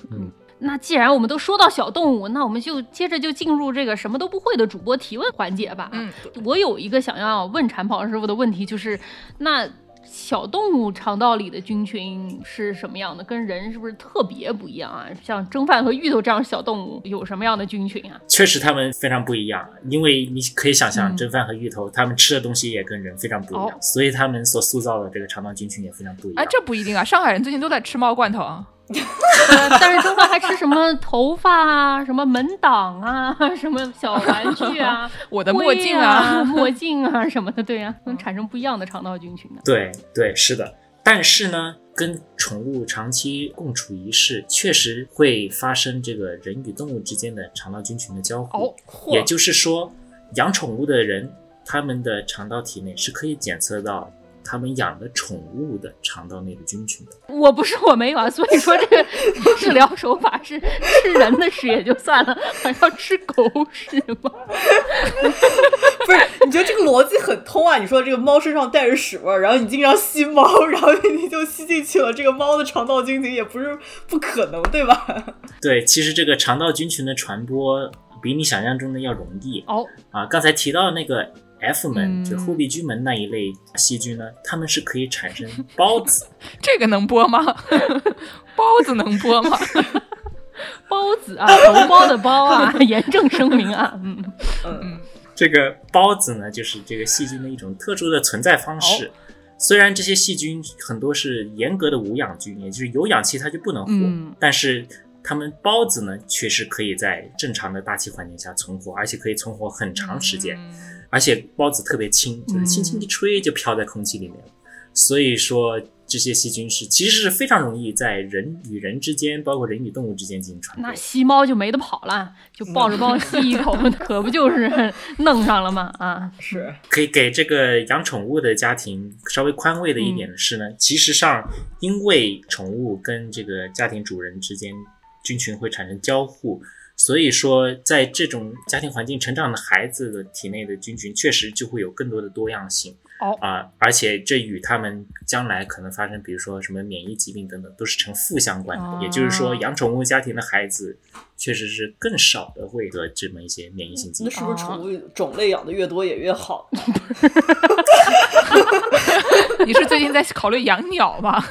C: 那既然我们都说到小动物，那我们就接着就进入这个什么都不会的主播提问环节吧。
B: 嗯，
C: 我有一个想要问产跑师傅的问题，就是那小动物肠道里的菌群是什么样的？跟人是不是特别不一样啊？像蒸饭和芋头这样小动物有什么样的菌群啊？
E: 确实，他们非常不一样，啊因为你可以想象，
C: 嗯
E: 蒸饭和芋头他们吃的东西也跟人非常不一样，
C: 哦
E: 所以他们所塑造的这个肠道菌群也非常不一样。
B: 哎，这不一定啊。上海人最近都在吃猫罐头啊，
C: 呃，但是蒸饭还吃什么头发啊、什么门挡啊、什么小玩
B: (laughs)
C: 具啊、
B: 我的墨
C: 灰
B: 镜
C: 啊、
B: 啊，
C: (laughs) 墨镜啊什么的，对啊，能产生不一样的肠道菌群的。
E: 对对，是的。但是呢，跟宠物长期共处一室，确实会发生这个人与动物之间的肠道菌群的交互。
B: 哦，嚯
E: 也就是说，养宠物的人，他们的肠道体内是可以检测到他们养的宠物的肠道内的菌群的。
C: 我不是我没有啊，所以说这个治疗手法是吃人的屎也就算了，还要吃狗屎吗？
D: 不是，你觉得这个逻辑很通啊？你说这个猫身上带着屎味儿，然后你经常吸猫，然后你就吸进去了，这个猫的肠道菌群也不是不可能，对吧？ (laughs)
E: 对，其实这个肠道菌群的传播比你想象中的要容易
C: 哦，
E: 啊。刚才提到那个 F 门，
C: 嗯
E: 就后壁菌门那一类细菌呢，它们是可以产生孢子。
B: 这个能播吗？ (laughs) 包子能播
E: (laughs)
B: 吗？
C: 包子啊，头包的包啊，严正声明啊，嗯，
D: 嗯，
E: 这个孢子呢，就是这个细菌的一种特殊的存在方
C: 哦
E: 式。虽然这些细菌很多是严格的无氧菌，也就是有氧气它就不能活，
C: 嗯
E: 但是它们孢子呢，确实可以在正常的大气环境下存活，而且可以存活很长时间。
B: 嗯
E: 而且孢子特别轻，就是轻轻一
C: 嗯
E: 吹就飘在空气里面了。所以说，这些细菌是其实是非常容易在人与人之间，包括人与动物之间进行传播
C: 那
E: 的。
C: 吸猫就没得跑了，就抱着
B: 嗯
C: 包吸一口，可不就是弄上了吗？啊，
D: 是
E: 可以给这个养宠物的家庭稍微宽慰的一点的是呢，其实上因为宠物跟这个家庭主人之间菌群会产生交互，所以说在这种家庭环境成长的孩子的体内的菌群确实就会有更多的多样性。
B: 哦
E: 啊、而且这与他们将来可能发生，比如说什么免疫疾病等等，都是呈负相关的。
C: 哦
E: 也就是说，养宠物家庭的孩子确实是更少的会得这么一些免疫性疾
D: 那
E: 病。
D: 是不
C: 哦
D: 是宠物种类养的越多也越好？
B: (laughs) 你是最近在考虑养鸟
C: (laughs)
B: 吗？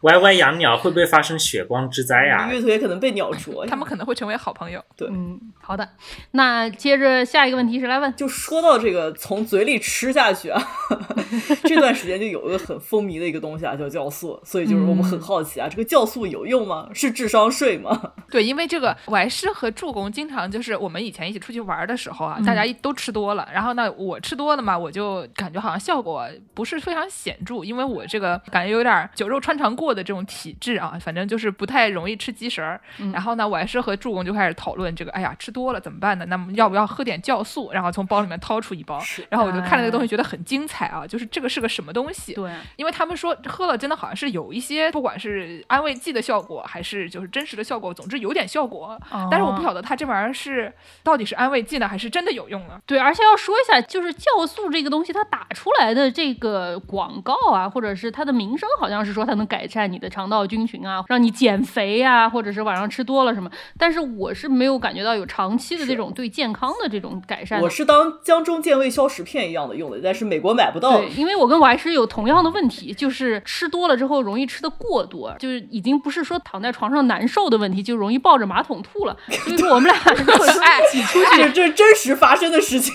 E: Y Y 养鸟会不会发生血光之灾啊？
D: 芋头也可能被鸟
B: (laughs)
D: 啄。
B: 他们可能会成为好朋友。
C: 嗯，好的，那接着下一个问题谁来问？
D: 就说到这个从嘴里吃下去啊， (laughs) 这段时间就有一个很风靡的一个东西啊，叫酵素，所以就是我们很好奇啊，这个酵素有用吗？是智商税吗？
B: 对，因为这个我师和助攻经常就是我们以前一起出去玩儿的时候啊，
C: 嗯
B: 大家一都吃多了，然后呢，我吃多了嘛，我就感觉好像效果我不是非常显著，因为我这个感觉有点酒肉穿肠过的这种体质啊，反正就是不太容易吃鸡食儿。
C: 嗯
B: 然后呢，我还是和助攻就开始讨论这个，哎呀，吃多了怎么办呢？那么要不要喝点酵素？然后从包里面掏出一包
D: 是，
B: 然后我就看了那个东
C: 哎
B: 西，觉得很精彩啊，就是这个是个什么东西？
C: 对，
B: 因为他们说喝了真的好像是有一些，不管是安慰剂的效果，还是就是真实的效果，总之有点效果。但是我不
C: 哦
B: 晓得它这玩意儿是到底是安慰剂呢，还是真的有用呢？
C: 对，而且要说一下，就是酵素这个东西，它打出来的这个广告啊，或者是它的名声，好像是说它能改善你的肠道菌群啊，让你减肥啊，或者是晚上吃多了什么。但是我是没有感觉到有长期的这种对健康的这种改善的。
D: 我是当江中健胃消食片一样的用的，但是美国买不到
C: 对，。因为我跟我还是有同样的问题，就是吃多了之后容易吃的过多，就是已经不是说躺在床上难受的问题，就容易抱着马桶吐了。所以说我们俩 (laughs) 如果说
B: 哎，
C: 出去
D: 这这是真实发生的事情，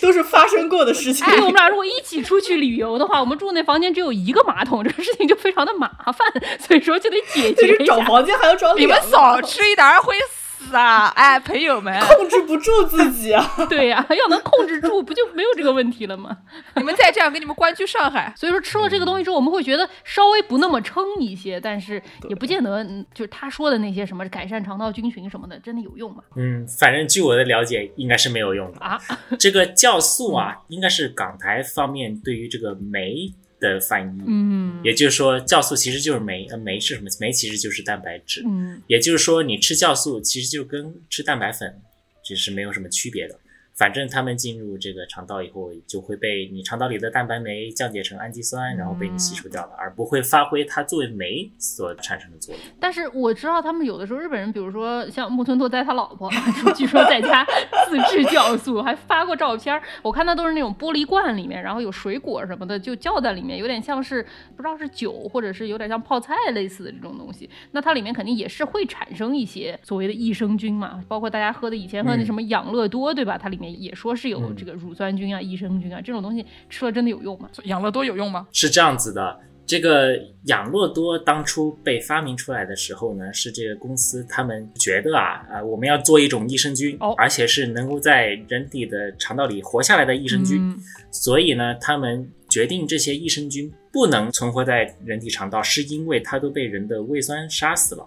D: 都是发生过的事情。
C: 所哎以我们俩如果一起出去旅游的话，我们住那房间只有一个马桶，这个事情就非常的麻烦，所以说就得解
D: 就
C: 决
D: 是
C: 一
D: 找
C: 下。
D: 房间还要找
B: 你们
D: 两个
B: 少吃一点儿会死啊！
D: (laughs)
B: 哎，朋友们，
D: 控制不住自己啊！。
C: 对呀、要能控制住，不就没有这个问题了吗？
B: 你们再这样，给你们关去上海。
C: 所以说吃了这个东西之后，我们会觉得稍微不那么撑一些，但是也不见得嗯就是他说的那些什么改善肠道菌群什么的，真的有用吗？
E: 嗯，反正据我的了解，应该是没有用的
C: 啊。
E: 这个酵素啊，应该是港台方面对于这个酶的翻译，
C: 嗯
E: 也就是说，酵素其实就是酶，呃，酶是什么？酶其实就是蛋白质。
C: 嗯，
E: 也就是说，你吃酵素其实就跟吃蛋白粉其实没有什么区别的。反正它们进入这个肠道以后，就会被你肠道里的蛋白酶降解成氨基酸，然后被你吸收掉了，而不会发挥它作为酶所产生的作用。
C: 但是我知道他们有的时候日本人，比如说像木村拓哉他老婆，啊据说在
E: (laughs)
C: 家自制酵素，还发过照片儿。我看他都是那种玻璃罐里面，然后有水果什么的就浇在里面，有点像是不知道是酒，或者是有点像泡菜类似的这种东西。那它里面肯定也是会产生一些所谓的益生菌嘛，包括大家喝的以前喝的
E: 嗯
C: 什么养乐多，对吧？它里面也说是有
E: 嗯
C: 这个乳酸菌啊、益生菌啊这种东西，吃了真的有用吗？
B: 养乐多有用吗？
E: 是这样子的，这个养乐多当初被发明出来的时候呢，是这个公司他们觉得啊，啊、我们要做一种益生菌，
C: 哦
E: 而且是能够在人体的肠道里活下来的益生菌，
C: 嗯
E: 所以呢，他们决定这些益生菌不能存活在人体肠道，是因为它都被人的胃酸杀死了，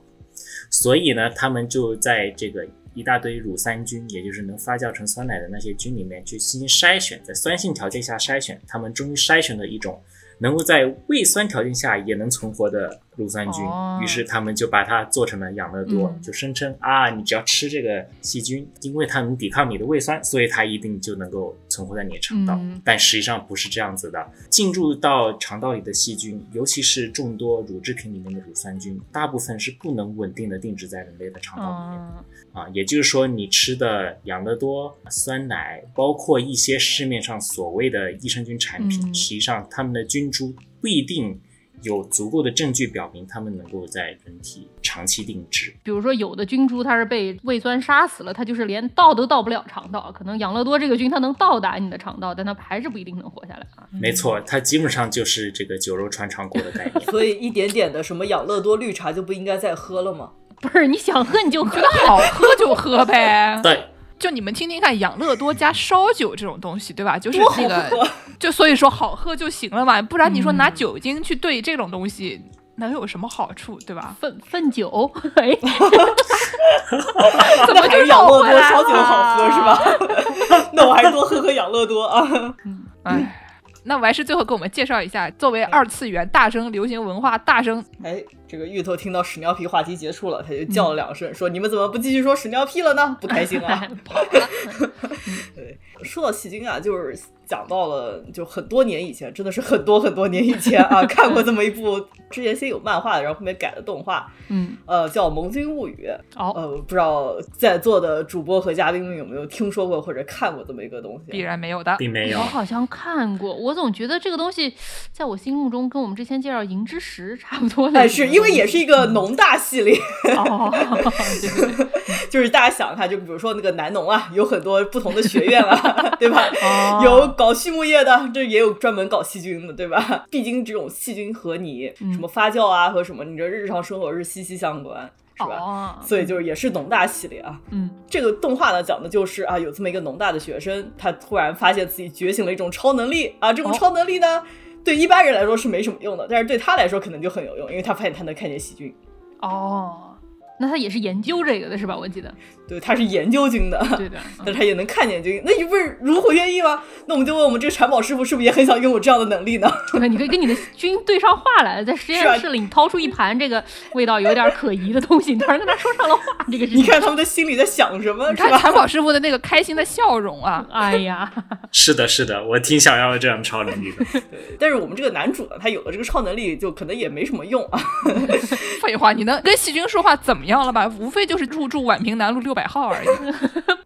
E: 所以呢，他们就在这个。一大堆乳酸菌，也就是能发酵成酸奶的那些菌里面去进行筛选，在酸性条件下筛选，他们终于筛选了一种能够在胃酸条件下也能存活的乳酸菌，
C: 哦
E: 于是他们就把它做成了养乐多，
C: 嗯
E: 就声称啊，你只要吃这个细菌，因为它能抵抗你的胃酸，所以它一定就能够存活在你的肠道。
C: 嗯
E: 但实际上不是这样子的，进入到肠道里的细菌，尤其是众多乳制品里面的乳酸菌，大部分是不能稳定的定植在人类的肠道里面的。
C: 嗯，
E: 啊，也就是说，你吃的养乐多、酸奶，包括一些市面上所谓的益生菌产品，
C: 嗯
E: 实际上它们的菌株不一定有足够的证据表明它们能够在人体长期定植。
C: 比如说有的菌株它是被胃酸杀死了，它就是连到都到不了肠道。可能养乐多这个菌它能到达你的肠道，但它还是不一定能活下来啊。
E: 没错，它基本上就是这个酒肉穿肠过的概念
D: 所以一点点的什么养乐多绿茶就不应该再喝了吗？
C: 不是你想喝你就喝
B: 觉，得好喝就喝
D: (laughs)
B: 呗。
E: 对，
B: 就你们听听看，养乐多加烧酒这种东西，对吧？就是
D: 多好
B: 那
D: 喝嗯
B: 个，！就所以说好喝就行了嘛，不然你说拿酒精去兑这种东西，能有什么好处，对吧？
C: 粪粪酒，哎，
B: 怎
D: 那
B: 么
D: 还
B: 就是
D: 养
B: 绕
D: 乐
B: 回
D: 多
B: 来
D: 烧酒好喝
B: 了
D: 是？
B: (laughs)
D: 吧？那我还是多喝喝养乐多啊！ (laughs)
B: 哎，那我还是最后给我们介绍一下，作为二次元大声流行文化大声，
D: 哎，这个芋头听到屎尿屁话题结束了，他就叫了两声，说：“你们怎么不继续说屎尿屁了呢？”不开心
B: (laughs)
D: 啊！
C: 跑了。
D: 说到细菌啊，就是讲到了，就很多年以前，真的是很多很多年以前啊，看过这么一部，之前先有漫画，然后后面改的动画，
C: 嗯，
D: 呃，叫《盟军物语》。
C: 哦，
D: 呃，不知道在座的主播和嘉宾们有没有听说过或者看过这么一个东
B: 必
D: 西？啊
B: 然没有的。
E: 并没
C: 我
E: 有。
C: 好像看过，我总觉得这个东西在我心目中跟我们之前介绍银之石差不多类型的东
D: 哎，
C: 西。
D: 是因为也是一
B: 嗯
D: 个农大系列，
C: 哦，对对对，
D: 就是大家想一下，就比如说那个南农啊，有很多不同的学院
C: (laughs)
D: 啊，对吧？
C: 哦
D: 有搞畜牧业的，这也有专门搞细菌的，对 (laughs)
C: 嗯
D: 吧？毕竟这种细菌和你什么发酵啊和什么你这日常生活是息息相关。 (laughs) 是吧？
C: 哦，
D: 所以就是也是农大系列啊。
C: 嗯
D: 这个动画呢，讲的就是啊，有这么一个农大的学生，他突然发现自己觉醒了一种超能力啊，这种
C: 哦
D: 超能力呢，对一般人来说是没什么用的，但是对他来说可能就很有用，因为他发现他能看见细菌。
C: 哦，那他也是研究这个的是吧？我记得，
D: 对，他是研究菌的，
C: 对
D: (laughs)
C: 的，嗯
D: 但是他也能看见菌，那你不是如虎添翼吗？那我们就问我们这个产宝师傅是不是也很想拥有这样的能力呢？ (laughs)
C: 对，你可以跟你的菌对上话来了，在实
D: 是啊
C: 验室里你掏出一盘这个味道有点可疑的东西，你突然跟他说上了话，这个事情。
D: 你看，他们的心里在想什么，
B: 你
D: 是
B: 看
D: 吧？
B: 蚕宝师傅的那个开心的笑容啊，
C: 哎呀，
E: 是的，是的，我挺想要这样超能力
B: (laughs)
E: 的。
D: 但是我们这个男主呢，他有了这个超能力，就可能也没什么用啊。
B: 废话，你能跟细菌说话怎么样了吧？无非就是入住宛平南路六百号而已。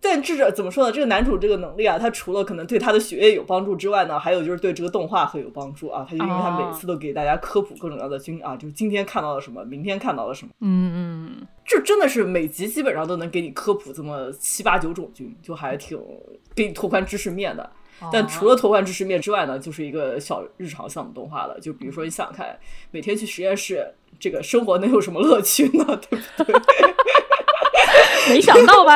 D: 但至少怎么说呢？这个男主这个能力啊，他除了可能对他的学业有帮助之外呢，还有就是对这个动画很有帮助啊。他就因为他
C: 哦
D: 每次都给大家科普各种各样的菌啊，就是今天看到了什么，明天看到了什么，
C: 嗯嗯，
D: 这真的是每集基本上都能给你科普这么七八九种菌，就还挺给你拓宽知识面的。但除了拓宽知识面之外呢，就是一个小日常项目动画了。就比如说，你想想看，每天去实验室，这个生活能有什么乐趣呢？对不对？
C: 没想到吧？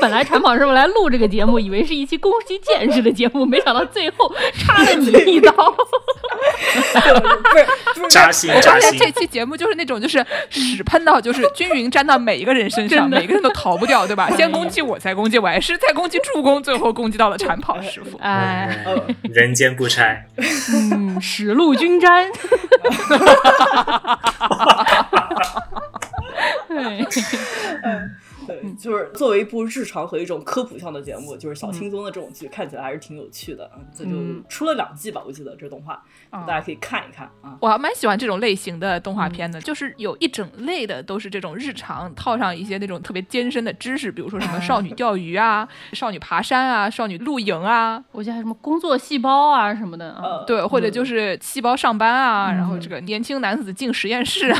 C: 本来产宝师傅来录这个节目，以为是一期宫崎骏式的节目，没想到最后插了你一刀。
D: 不是，不是
E: 扎心
B: 我
E: 扎
B: 发现
E: 心，
B: (laughs) 这期节目就是那种，就是屎喷到就是均匀沾到每一个人身上，
C: 真的
B: 每个人都逃不掉，对吧？先攻击我，再攻击完，是再攻击助攻，最后攻击到了铲跑师傅。
C: 哎，
D: 呃，
E: 嗯
B: 嗯
E: 人间不拆。
C: 嗯，实录均沾。对，
D: 对，就是作为一部日常和一种科普向的节目，就是小轻松的这种剧，看起来还是挺有趣的。嗯这就
C: 嗯
D: 出了两季吧，我记得这动画，大家可以看一看啊。
B: 我还蛮喜欢这种类型的动画片的，就是有一整类的都是这种日常，套上一些那种特别艰深的知识，比如说什么少女钓鱼啊、少女爬山啊、少女露营啊，
C: 我记得还有什么工作细胞啊什么的啊。
D: 呃，
B: 对，或者就是细胞上班啊，
C: 嗯
B: 然后这个年轻男子进实验室啊，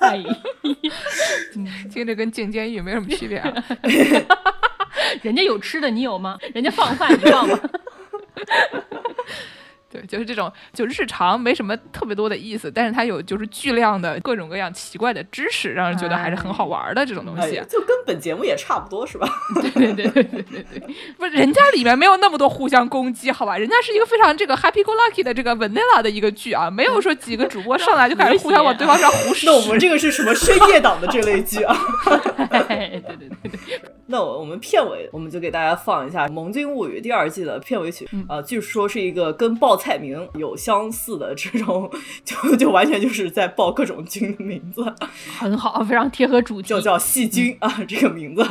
C: 哎，
B: 听着跟进监狱没什么区别啊。
C: 人家有吃的，你有吗？人家放饭，你放吗？
B: 对，就是这种，就日常没什么特别多的意思，但是它有就是巨量的各种各样奇怪的知识，让人觉得还是很好玩儿的这种东
D: 哎
B: 西。啊
D: 呀就跟本节目也差不多是吧？
C: 对对对对对对。
B: 不是，人家里面没有那么多互相攻击，好吧？人家是一个非常这个 happy go lucky 的这个 vanilla 的一个剧啊，没有说几个主播上来就开始互相往对方身上胡屎。
D: 那我们这个是什么深夜档的这类剧啊？ (laughs)
C: 哎， (laughs) 对对对对，
D: 那我我们片尾我们就给大家放一下《盟军物语》第二季的片尾曲，呃，据说是一个跟报菜名有相似的这种， (laughs) 就就完全就是在报各种菌的名字。
C: 很好，非常贴合主题
D: 就，叫细菌啊这个名字，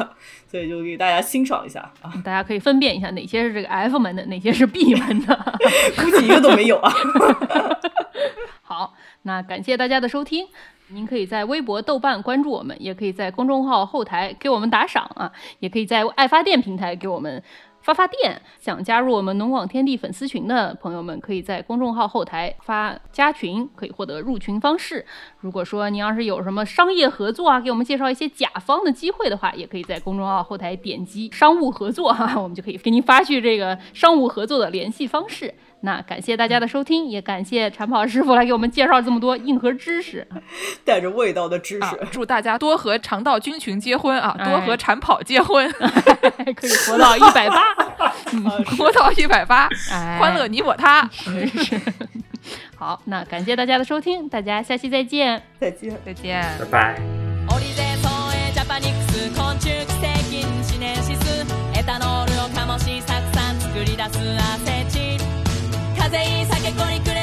D: 所以就给大家欣赏一下啊，
C: 大家可以分辨一下哪些是这个 F 门的，哪些是 B 门的。
D: 估计一个都没有啊。 (laughs)
C: 好，那感谢大家的收听。您可以在微博、豆瓣关注我们，也可以在公众号后台给我们打赏啊，也可以在爱发电平台给我们发发电。想加入我们农广天地粉丝群的朋友们，可以在公众号后台发加群，可以获得入群方式。如果说您要是有什么商业合作啊，给我们介绍一些甲方的机会的话，也可以在公众号后台点击商务合作哈、啊我们就可以给您发去这个商务合作的联系方式。那感谢大家的收听，也感谢产跑师傅来给我们介绍这么多硬核知识。 (laughs)
D: 带着味道的知
B: 啊
D: 识，，
B: 祝大家多和肠道菌群结婚啊，多
C: 哎
B: 和产跑结婚，
C: 可以活到一百八，
B: 活到一百八，
C: 哎
B: 欢乐你我他，
C: 是是。 (laughs) 好，那感谢大家的收听，大家下期再见。
D: 再见。
B: 再见。
E: 拜拜。
F: オリゼソンエジャパニクス昆虫寄生菌シネシスエタノールを醸し酢酸作り出すアセチル風邪いい酒こに暮れ